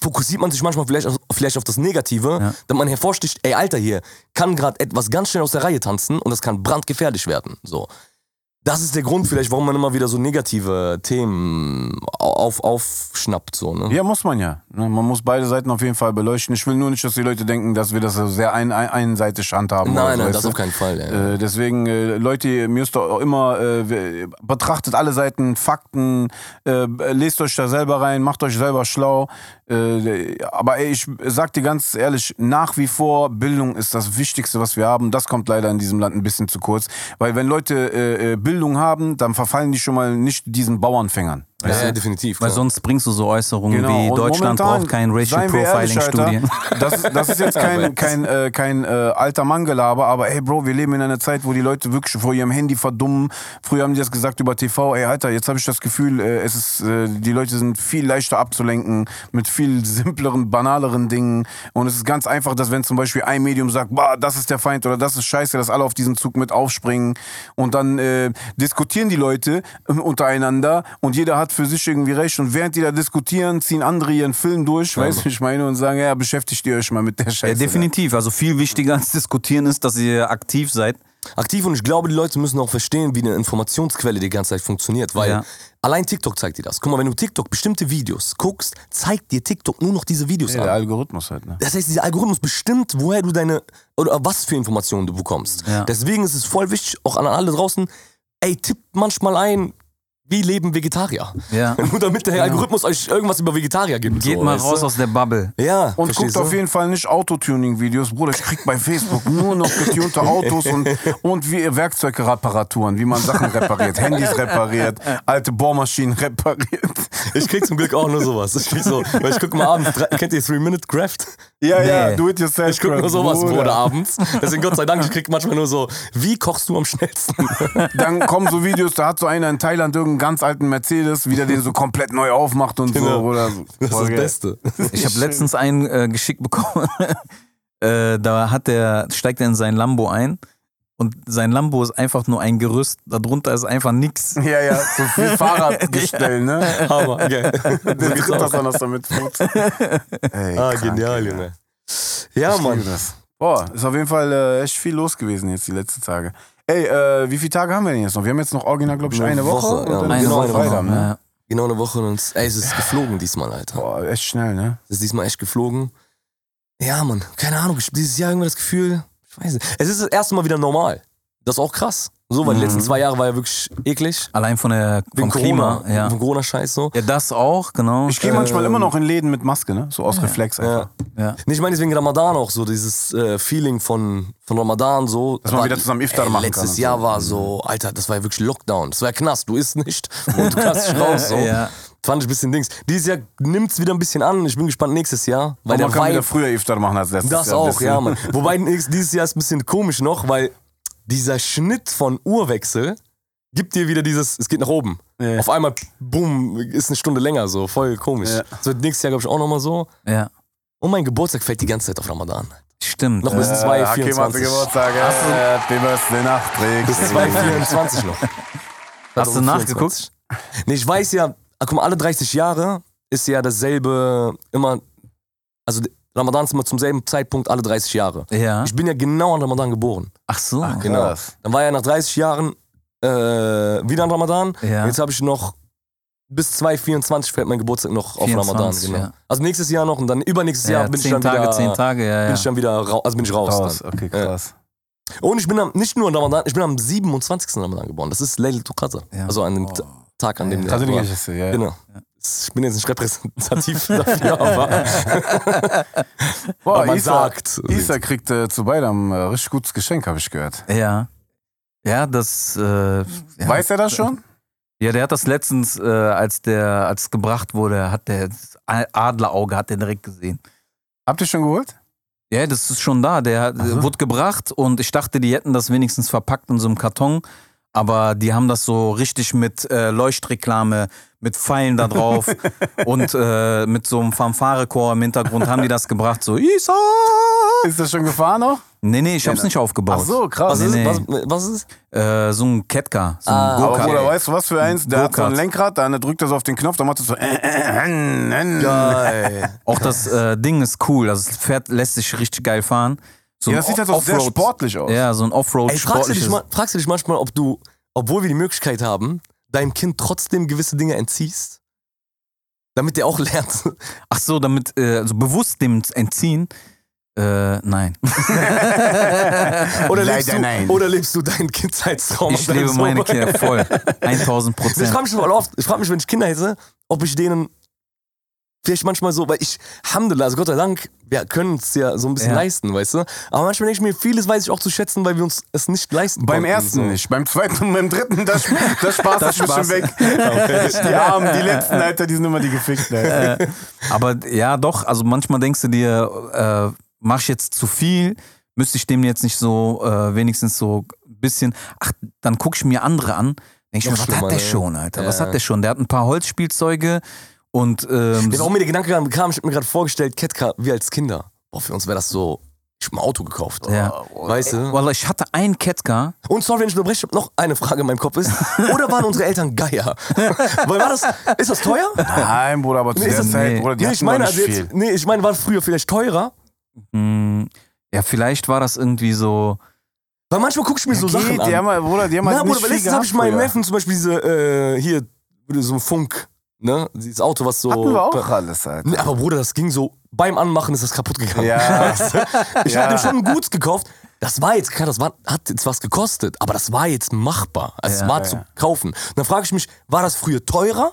A: fokussiert man sich manchmal vielleicht auf, vielleicht auf das Negative,
C: Ja.
A: damit man hervorsticht, ey, Alter, hier kann gerade etwas ganz schnell aus der Reihe tanzen und das kann brandgefährlich werden, so. das ist der Grund vielleicht, warum man immer wieder so negative Themen auf, aufschnappt. So, ne?
B: Ja, muss man ja. Ne, Man muss beide Seiten auf jeden Fall beleuchten. Ich will nur nicht, dass die Leute denken, dass wir das so sehr ein, ein, einseitig handhaben.
A: Nein,
B: oder so,
A: nein,
B: weißt
A: das
B: du?
A: auf keinen Fall, ey.
B: Äh, deswegen, äh, Leute, mir ist doch immer, äh, wir- betrachtet alle Seiten, Fakten, äh, lest euch da selber rein, macht euch selber schlau. Äh, aber ey, ich sag dir ganz ehrlich, nach wie vor, Bildung ist das Wichtigste, was wir haben. Das kommt leider in diesem Land ein bisschen zu kurz. Weil wenn Leute äh, äh, Bildung haben, dann verfallen die schon mal nicht diesen Bauernfängern.
A: Ja, ja, definitiv.
C: Weil
A: klar.
C: sonst bringst du so Äußerungen wie
B: Genau, und
C: Deutschland
B: momentan,
C: braucht kein Racial
B: seien wir ehrlich,
C: Profiling Studie.
B: Alter, Das, ist- das ist jetzt kein, kein, äh, kein äh, alter Mangelaber, aber hey Bro, wir leben in einer Zeit, wo die Leute wirklich vor ihrem Handy verdummen. Früher haben die das gesagt über TV, ey Alter, jetzt habe ich das Gefühl, äh, es ist, äh, die Leute sind viel leichter abzulenken mit viel simpleren, banaleren Dingen. Und es ist ganz einfach, dass wenn zum Beispiel ein Medium sagt, bah, das ist der Feind oder das ist scheiße, dass alle auf diesen Zug mit aufspringen und dann äh, diskutieren die Leute äh, untereinander und jeder hat für sich irgendwie recht und während die da diskutieren, ziehen andere ihren Film durch, weißt du, wie ich meine, und sagen, ja, beschäftigt ihr euch mal mit der Scheiße.
C: Ja, definitiv. Also viel wichtiger als diskutieren ist, dass ihr aktiv seid.
A: aktiv und ich glaube, die Leute müssen auch verstehen, wie eine Informationsquelle die ganze Zeit funktioniert, weil
C: Ja.
A: allein TikTok zeigt dir das. Guck mal, wenn du TikTok bestimmte Videos guckst, zeigt dir TikTok nur noch diese Videos
B: Da.
A: an.
B: Der Algorithmus halt, ne?
A: Das heißt, dieser Algorithmus bestimmt, woher du deine oder was für Informationen du bekommst.
C: Ja.
A: Deswegen ist es voll wichtig, auch an alle draußen, ey, tippt manchmal ein, wie leben Vegetarier?
C: Ja. Genau.
A: Nur damit der Algorithmus euch irgendwas über Vegetarier gibt.
C: Geht
A: so,
C: mal
A: weißt
C: raus
A: du?
C: aus der Bubble.
A: Ja,
B: Und
A: verstehst
B: guckt auf
A: du?
B: jeden Fall nicht Autotuning-Videos. Bruder, ich krieg bei Facebook nur noch getunte Autos und, und wie Werkzeugrapparaturen, wie man Sachen repariert, Handys repariert, alte Bohrmaschinen repariert.
A: Ich krieg zum Glück auch nur sowas. Ich krieg so, weil ich guck mal abends, drei- kennt ihr Three minute craft
B: Ja, ja,
C: Nee.
B: do it yourself.
A: Ich gucke nur sowas,
B: Bruder.
A: Bruder, abends. Deswegen Gott sei Dank, ich krieg manchmal nur so, wie kochst du am schnellsten?
B: Dann kommen so Videos, da hat so einer in Thailand irgendeinen ganz alten Mercedes, wieder den so komplett neu aufmacht und so.
A: Genau.
B: Oder so.
A: Das ist
B: Voll
A: das
B: geil.
A: Beste.
C: Ich habe letztens einen äh, geschickt bekommen. äh, da hat der, steigt er in sein Lambo ein und sein Lambo ist einfach nur ein Gerüst. Darunter ist einfach nichts.
B: Ja, ja, so viel Fahrradgestell, ne?
A: Hammer, geil.
B: Der kriegt das dann aus damit Fuß. Ey,
A: Ah,
B: krank,
A: genial,
B: ey.
A: Junge. Ja,
B: Ich liebe
A: Mann.
B: das. Boah, ist auf jeden Fall äh, echt viel los gewesen jetzt die letzten Tage. Ey, äh, wie viele Tage haben wir denn jetzt noch? Wir haben jetzt noch original, glaube ich,
A: Eine
B: eine Woche.
A: Woche,
B: und
A: ja.
B: dann
A: Eine
B: ist
A: Woche,
B: Freitag,
A: Freitag,
B: ne?
C: Ja.
A: Genau eine Woche und es- ey, es ist geflogen diesmal, Alter.
B: Boah, echt schnell, ne?
A: Es ist diesmal echt geflogen. Ja, Mann, keine Ahnung. Ich hab dieses Jahr irgendwie das Gefühl, ich weiß nicht. Es ist das erste Mal wieder normal. Das ist auch krass. So, weil die
B: Mhm.
A: letzten zwei Jahre war ja wirklich eklig.
C: Allein von der
A: Wegen
C: vom Klima.
A: Corona.
C: Ja.
A: Wegen Corona-Scheiß so.
C: ja, das auch, genau.
B: Ich gehe manchmal immer noch in Läden mit Maske, ne? So aus Reflex einfach.
A: Äh, Ja.
C: Äh, Ja.
A: Nee, ich meine deswegen Ramadan auch so, dieses äh, Feeling von, von Ramadan so.
B: Dass man wieder zusammen Iftar machen kann
A: Letztes
B: und so.
A: Jahr war so, Alter, das war ja wirklich Lockdown. Das war ja Knast, du isst nicht und du kannst dich raus. So.
C: Ja.
A: Fand ich ein bisschen Dings. Dieses Jahr nimmt es wieder ein bisschen an. Ich bin gespannt nächstes Jahr. Weil
B: Aber man
A: der
B: kann wieder
A: Vibe,
B: früher Iftar machen als letztes
A: das
B: Jahr.
A: auch,
B: wisst ihr?
A: ja, Mann. Wobei nächst- dieses Jahr ist ein bisschen komisch noch, weil dieser Schnitt von Uhrwechsel gibt dir wieder dieses, es geht nach oben.
B: Ja.
A: Auf einmal, boom, ist eine Stunde länger so. Voll komisch.
B: Ja.
A: Das wird nächstes Jahr, glaube ich, auch nochmal so.
C: Ja.
A: Und mein Geburtstag fällt die ganze Zeit auf Ramadan.
C: Stimmt.
A: Noch bis
C: ja.
B: Äh,
A: 2,
B: Hakim hatte
A: 24.
B: Geburtstag, äh, dem ist eine Nacht
A: Bis 224 noch.
C: Hast du nachgeguckt?
A: Nee, ich weiß ja, ah, guck mal, alle 30 Jahre ist ja dasselbe immer, also Ramadan ist immer zum selben Zeitpunkt alle 30 Jahre.
C: Ja.
A: Ich bin ja genau an Ramadan geboren.
C: Ach so.
A: Genau. Dann war ja nach 30 Jahren äh, wieder an Ramadan.
C: Ja.
A: Jetzt habe ich noch bis 2024 fällt mein Geburtstag noch auf
C: 24,
A: Ramadan. Genau.
C: ja.
A: Also nächstes Jahr noch und dann übernächstes
C: Ja,
A: Jahr bin ich
C: zehn
A: dann
C: Tage,
A: wieder.
C: zehn Tage, ja,
A: Bin
C: ja.
A: ich dann wieder raus, also bin ich raus.
B: Raus,
A: Dann.
B: okay, krass.
A: Und ich bin am, nicht nur an Ramadan, ich bin am 27. Ramadan geboren. Das ist Leil Qadr.
C: Ja.
A: Also an dem T- Tag, an dem der-
B: Also die Geschichte, ja.
A: Genau. Ich bin jetzt nicht repräsentativ dafür, aber
B: Boah,
A: Aber man
B: Isa,
A: sagt-
B: Isa kriegt äh, zu beidem äh, richtig gutes Geschenk, habe ich gehört.
C: Ja. Ja, das. Äh, ja.
B: Weiß er das schon?
C: Ja, der hat das letztens, äh, als der als gebracht wurde, hat der das Adlerauge hat der direkt gesehen.
B: Habt ihr schon geholt?
C: Ja, das ist schon da. Der hat, wurde gebracht und ich dachte, die hätten das wenigstens verpackt in so einem Karton. Aber die haben das so richtig mit äh, Leuchtreklame, mit Pfeilen da drauf und äh, mit so einem Fanfarechor im Hintergrund haben die das gebracht. So, Isa!
B: Ist das schon gefahren noch?
C: Nee, nee, ich hab's nicht aufgebaut.
B: Ach so, krass.
A: was, ist,
C: Nee, nee.
A: was, was ist?
C: Äh, so ein Ketka, so ein
A: Ah,
B: Aber
C: Go-Kart.
B: Bruder, weißt du was für eins? Der hat so ein
C: Go-Kart.
B: Lenkrad, dann drückt er so auf den Knopf, dann macht er so. Äh, äh, äh, äh.
A: Geil.
C: Auch das äh, Ding ist cool. Also das Pferd lässt sich richtig geil fahren. So
B: Ja,
C: ein
B: das sieht halt
C: O-
B: auch sehr
C: Offroad-
B: sportlich aus.
C: Ja, so ein Offroad
A: Ey, fragst du, dich
C: sportliches.
A: mal, fragst du dich manchmal, ob du, obwohl wir die Möglichkeit haben, deinem Kind trotzdem gewisse Dinge entziehst, damit der auch lernt.
C: Ach so, damit äh, also bewusst dem entziehen. Äh, nein.
A: Oder lebst,
B: Leider
A: du,
B: nein.
A: oder lebst du deinen Kindheitstraum?
C: Ich lebe meine Kinder voll. 1000
A: Ich
C: Prozent.
A: frage mich voll oft, ich frage mich, wenn ich Kinder hätte, ob ich denen vielleicht manchmal so, weil ich, Alhamdulillah, also Gott sei Dank, wir können es ja so ein bisschen
C: Ja.
A: leisten, weißt du? Aber manchmal denke ich mir, vieles weiß ich auch zu schätzen, weil wir uns es nicht leisten
B: Beim
A: konnten,
B: ersten
A: so.
B: nicht, beim zweiten und beim dritten, das, das Spaß
C: Das
B: ist mir schon
C: Spaß.
B: weg. Die Armen, die letzten, Alter, die sind immer die gefickt. Alter.
C: Aber ja, doch, also manchmal denkst du dir, äh, mach ich jetzt zu viel, müsste ich dem jetzt nicht so, äh, wenigstens so ein bisschen, ach, dann gucke ich mir andere an. Denk ich mir,
A: Noch
C: was
A: schlimmer,
C: hat der
A: ne?
C: schon, Alter? Was
A: Ja.
C: hat der schon? Der hat ein paar Holzspielzeuge und ähm,
A: Ja, warum mir der Gedanke gerade kam, ich habe mir gerade vorgestellt, Ketka, wir als Kinder, boah, für uns wäre das so, ich habe ein Auto gekauft. Oh,
C: Ja.
A: Weißt
B: Äh,
A: du?
C: Wallah, ich hatte einen Ketka.
A: Und sorry, wenn ich unterbreche, ich hab noch eine Frage in meinem Kopf ist, oder waren unsere Eltern Geier? Weil war das, ist das teuer?
B: Nein, Bruder, aber zu
A: Nee, ist
B: der
A: das-
B: Zeit,
C: nee.
B: Bruder, die
A: nee,
B: hatten
A: ich meine,
B: noch nicht
A: also
B: viel.
A: jetzt, nee, ich meine, war früher vielleicht teurer,
C: Hm, ja, vielleicht war das irgendwie so.
A: weil manchmal gucke ich mir so Sachen
B: Geht,
A: an.
B: die haben, Bruder, die haben
A: Na,
B: halt
A: Bruder,
B: nicht
A: aber
B: viel
A: letztens habe
B: gehabt,
A: ich meinem
B: Bruder.
A: Neffen zum Beispiel diese, äh, hier, so ein Funk, ne? Dieses Auto, was so.
B: Hatten wir auch alles, Alter.
A: Nee, aber Bruder, das ging so, beim Anmachen ist das kaputt gegangen.
B: Ja.
A: Ich
B: Ja.
A: hab hatte schon ein Guts gekauft. Das war jetzt, klar, das war, hat jetzt was gekostet, aber das war jetzt machbar. Also es
C: Ja,
A: war zu kaufen. Und dann frage ich mich, war das früher teurer?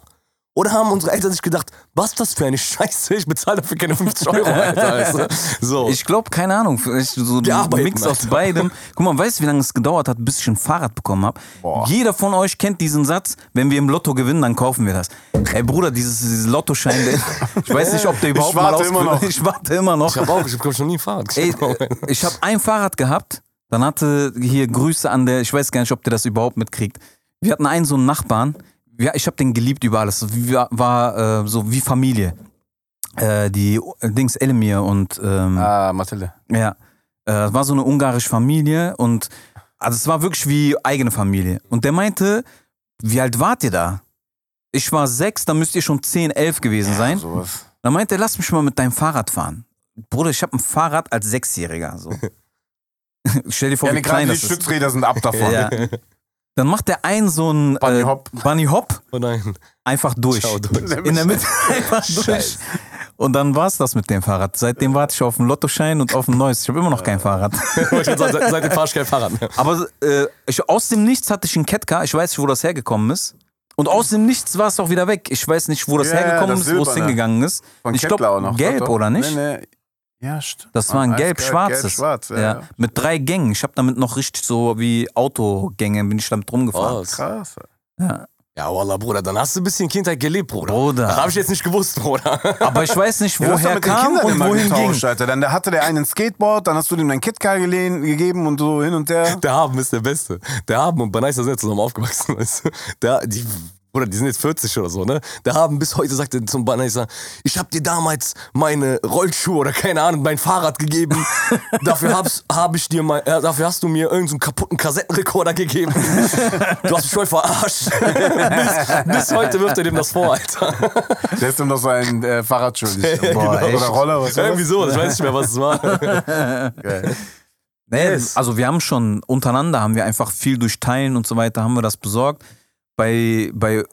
A: Oder haben unsere Eltern sich gedacht, was ist das für eine Scheiße? Ich bezahle dafür keine 50 Euro, Alter. weißt du? So.
C: Ich glaube, keine Ahnung, vielleicht so
A: Die
C: ein
A: Oh. arbeiten,
C: Mix aus
A: Alter.
C: beidem. Guck mal, weißt du, wie lange es gedauert hat, bis ich ein Fahrrad bekommen habe? Jeder von euch kennt diesen Satz, wenn wir im Lotto gewinnen, dann kaufen wir das. Ey Bruder, dieses, dieses Lottoschein, der, ich weiß nicht, ob der überhaupt mal
B: warte immer
C: ausge-
B: noch.
C: Ich warte immer noch.
A: ich habe auch, ich habe schon nie ein Fahrrad
C: Ey,
A: geschafft.
C: äh, ich habe ein Fahrrad gehabt, dann hatte hier Grüße an der, ich weiß gar nicht, ob der das überhaupt mitkriegt. Wir hatten einen so einen Nachbarn, ja, ich habe den geliebt über alles, war, war äh, so wie Familie. Äh, die äh, Dings Elmir und ähm,
B: Ah, Mathilde.
C: ja. Äh, Es war so eine ungarische Familie und also es war wirklich wie eigene Familie. Und der meinte, wie alt wart ihr da? Ich war sechs, da müsst ihr schon zehn, elf gewesen sein.
B: Sowas.
C: Dann meinte er, lass mich mal mit deinem Fahrrad fahren. Bruder, ich habe ein Fahrrad als Sechsjähriger. So. Stell dir vor,
B: Ja,
C: wie
B: ne, gerade
C: klein
B: die
C: das ist.
B: Stützräder sind ab davon.
C: Ja. Dann macht der einen so einen äh,
B: Bunny Hop.
C: Bunny Hop
A: Oh nein.
C: einfach durch.
A: Schau durch.
C: In der Mitte einfach durch.
A: Scheiße.
C: Und dann war's das mit dem Fahrrad. Seitdem warte ich auf einen Lottoschein und auf ein neues. Ich habe immer noch
B: Äh.
C: kein Fahrrad.
A: Ich hab gesagt, Seit seit dem fahr ich kein Fahrrad mehr.
C: Aber äh, ich, aus dem Nichts hatte ich einen Ketka. Ich weiß nicht, wo das hergekommen ist. Und aus dem Nichts war es auch wieder weg. Ich weiß nicht, wo das
B: Ja, ja,
C: hergekommen
B: das
C: ist, wo es
B: Silberne.
C: hingegangen ist.
B: Von
C: ich
B: Kepler
C: glaub,
B: auch noch.
C: gelb
B: Doch, doch.
C: oder nicht?
B: Nee, nee. Ja, stimmt.
C: Das war ein
B: Ah,
C: gelb-schwarzes.
B: Gelb-schwarz, ja.
C: ja. Mit drei Gängen. Ich habe damit noch richtig so wie Autogänge bin ich damit rumgefahren.
A: Krass.
B: Krass.
A: Ja, Wallah, Bruder, dann hast du ein bisschen Kindheit gelebt, Bruder.
C: Bruder.
A: Das habe ich jetzt nicht gewusst, Bruder.
C: Aber ich weiß nicht,
B: Ja, du hast doch
C: woher
B: mit den
C: kam
B: Kindern
C: und
B: immer
C: wohin ging.
B: getauscht, Alter. Dann da hatte der einen ein Skateboard, dann hast du dem dein KitKat gelehn- gegeben und so hin und her.
A: Der Haben ist der Beste. Der Haben und Banais sind jetzt zusammen aufgewachsen. Weißt du? der, die, oder die sind jetzt 40 oder so, ne? Der Haben bis heute sagt er zum Banais, ich hab dir damals meine Rollschuhe oder keine Ahnung, mein Fahrrad gegeben. dafür, hab's, hab ich dir mein, äh, dafür hast du mir irgendeinen so einen kaputten Kassettenrekorder gegeben. du hast mich voll verarscht. bis, bis heute wirft er dem das vor, Alter.
B: Der ist ihm noch so ein äh, Fahrrad schuldig.
C: Boah, echt?
B: Oder Roller, was war
A: Genau. Irgendwie
B: das?
A: sowas, ich weiß nicht mehr, was es war.
B: Geil.
C: Nee, Also wir haben schon untereinander haben wir einfach viel durch Teilen und so weiter haben wir das besorgt. Bei bei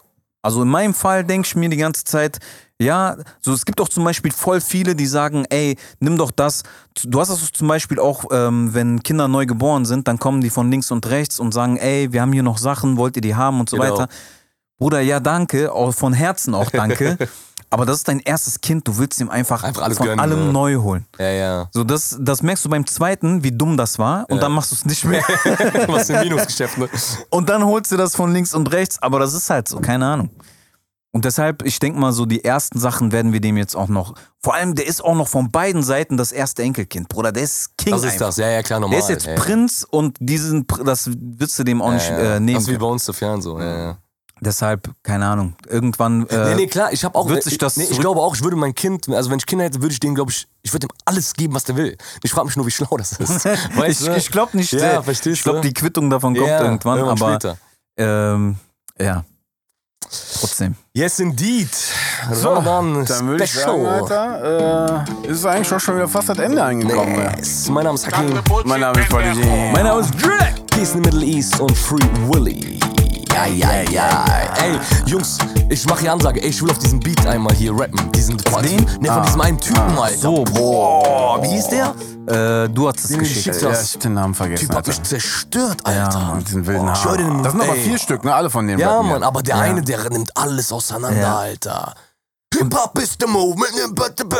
C: also in meinem Fall denke ich mir die ganze Zeit ja, so es gibt auch zum Beispiel voll viele, die sagen, ey, nimm doch das. Du hast das zum Beispiel auch, ähm, wenn Kinder neu geboren sind, dann kommen die von links und rechts und sagen, ey, wir haben hier noch Sachen, wollt ihr die haben und so
A: Genau.
C: weiter. Bruder, ja, danke, auch von Herzen auch danke. Aber das ist dein erstes Kind, du willst ihm einfach,
A: Einfach alles
C: von
A: gönnen,
C: allem
A: ne?
C: neu holen.
A: Ja, ja.
C: So, das, das merkst du beim zweiten, wie dumm das war, und dann machst du es nicht mehr.
A: Was für ein Minusgeschäft, ne?
C: und dann holst du das von links und rechts, aber das ist halt so, keine Ahnung. Und deshalb, ich denke mal, so die ersten Sachen werden wir dem jetzt auch noch. Vor allem, der ist auch noch von beiden Seiten das erste Enkelkind, Bruder. Der ist King.
A: Das ist
C: einfach.
A: das, ja, ja, klar, normal.
C: Der ist jetzt
A: ja, ja.
C: Prinz und diesen, Pr- das willst du dem auch nicht
A: Ja, ja.
C: äh, nehmen.
A: Das ist wie
C: können.
A: bei uns zu fern so. Ja, ja.
C: Deshalb, keine Ahnung. Irgendwann. Äh,
A: nee, nee, klar, ich habe auch. ne,
C: wird sich das
A: nee, ich
C: zurück-
A: glaube auch, ich würde mein Kind, also wenn ich Kinder hätte, würde ich denen, glaube ich, ich würde ihm alles geben, was der will. Ich frage mich nur, wie schlau das ist. Weißt
C: ich
A: du?
C: ich glaube nicht.
A: ne? Ja,
C: äh,
A: verstehst
C: ich glaube,
A: du?
C: die Quittung davon kommt
A: Ja,
C: irgendwann, aber.
A: später.
C: Ähm, ja. Trotzdem.
A: Yes, indeed. So, Ramadan
B: Dann würde ich sagen,
A: Special.
B: Alter, äh, ist es eigentlich auch schon wieder fast das Ende angekommen. ey.
A: Yes. Mein Name ist Hakim.
B: Mein Name ist Polizei.
A: Mein Name ist Drake. Peace in the Middle East und Free Willy. ja, ja, ja. Ey, Jungs, ich mache hier Ansage. Ey, ich will auf diesen Beat einmal hier rappen. Diesen
C: Den?
A: Ne,
B: Ah.
A: von diesem einen Typen, Alter.
C: so,
A: boah. Wie hieß der?
C: Äh, du hast es
A: Den du
C: geschickt.
A: geschickt
B: Ja,
A: hast.
B: ich hab den Namen vergessen.
A: Typ hat
B: Alter.
A: mich zerstört, Alter.
B: Mit diesen wilden
A: ich hör den-
B: Haaren. Das sind aber
A: ey.
B: vier Stück, ne? Alle von denen.
A: Ja,
B: rappen
A: Mann,
B: ja.
A: aber der eine, der nimmt alles auseinander,
C: Ja.
A: Alter. Hip-Hop is the movement.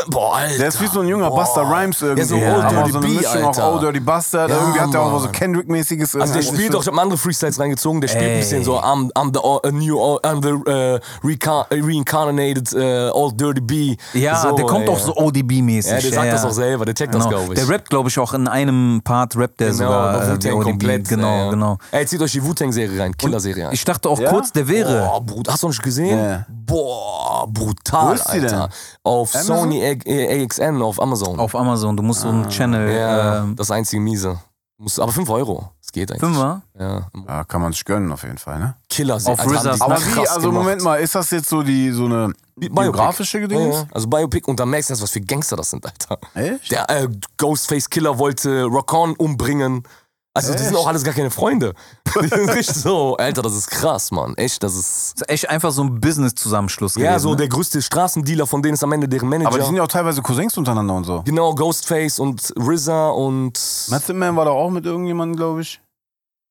A: Boah, Alter.
B: Der ist wie so ein junger
A: Boah.
B: Buster Rhymes irgendwie.
A: Ja, so
B: ja,
A: Old
B: aber
A: Dirty
B: so eine
A: B,
B: Mischung auch
A: Alter.
B: Old Dirty Bastard.
A: Ja,
B: irgendwie hat der auch
A: Mann.
B: so Kendrick-mäßiges. äh,
A: Also der spielt doch, ich hab andere Freestyles reingezogen, der spielt
C: Ey.
A: ein bisschen so I'm, I'm the o- a new, o- I'm the äh, reca- äh, reincarnated äh, old dirty B.
C: Ja,
A: so,
C: der kommt
A: ey.
C: auch so ODB-mäßig.
A: Ja, der sagt
C: ja.
A: das auch selber, der checkt das,
C: Genau.
A: glaube ich.
C: Der rappt, glaube ich, auch in einem Part, rappt der
A: genau,
C: sogar
A: aber
C: äh, die
A: Wu-Tang
C: ODB.
A: komplett.
C: Genau,
A: ey, ja.
C: genau.
A: Ey, zieht euch die Wu-Tang-Serie rein, Killer-Serie rein.
C: Ich dachte auch
B: Ja?
C: kurz, der wäre.
A: Boah, Brut, hast du nicht gesehen?
B: Nee.
A: Boah, brutal,
B: Wo ist die
A: Alter.
B: denn?
A: Auf
B: Amazon?
A: Sony A- A- AXN, auf Amazon.
C: Auf Amazon, du musst so einen Channel.
A: Ah, ja,
C: ähm,
A: das einzige Miese. Musst, aber 5 Euro, das geht eigentlich.
C: Fünfer?
A: Ja,
B: Ja, kann man sich gönnen, auf jeden Fall, ne?
A: Killer-Serie.
C: Auf
A: Alter, haben
C: RZA.
A: die
C: Aber
B: Aber
A: krass
B: wie, also
A: gemacht.
B: Moment mal, ist das jetzt so die so eine
A: Biopic.
B: biografische Gedings?
A: Ja, ja. also Biopic und dann merkst du erst, was für Gangster das sind, Alter.
B: Echt?
A: Der äh, Ghostface Killer wollte Rockon umbringen. Also die sind auch alles gar keine Freunde. Die sind richtig so, Alter, das ist krass, Mann. Echt, das ist.
C: ist echt einfach so ein Business-Zusammenschluss
A: Ja,
C: gewesen,
A: so
C: ne?
A: der größte Straßendealer von denen ist am Ende deren Manager.
B: Aber die sind ja auch teilweise Cousins untereinander und so.
A: genau, Ghostface und RZA und
B: Method Man war doch auch mit irgendjemandem, glaube ich.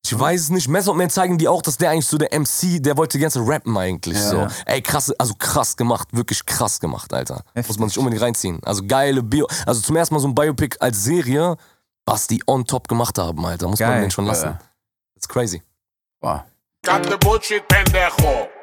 A: ich weiß es nicht. Method Man zeigen die auch, dass der eigentlich so der MC, der wollte die ganze rappen eigentlich so. Ey, krass, also krass gemacht, wirklich krass gemacht, Alter. Muss man sich unbedingt reinziehen. Also geile Bio, also zum ersten Mal so ein Biopic als Serie, was die on top gemacht haben, Alter. Muss
C: Geil.
A: man den schon lassen.
B: Ja.
A: It's crazy.
B: Boah.
E: Cut the bullshit, pendejo.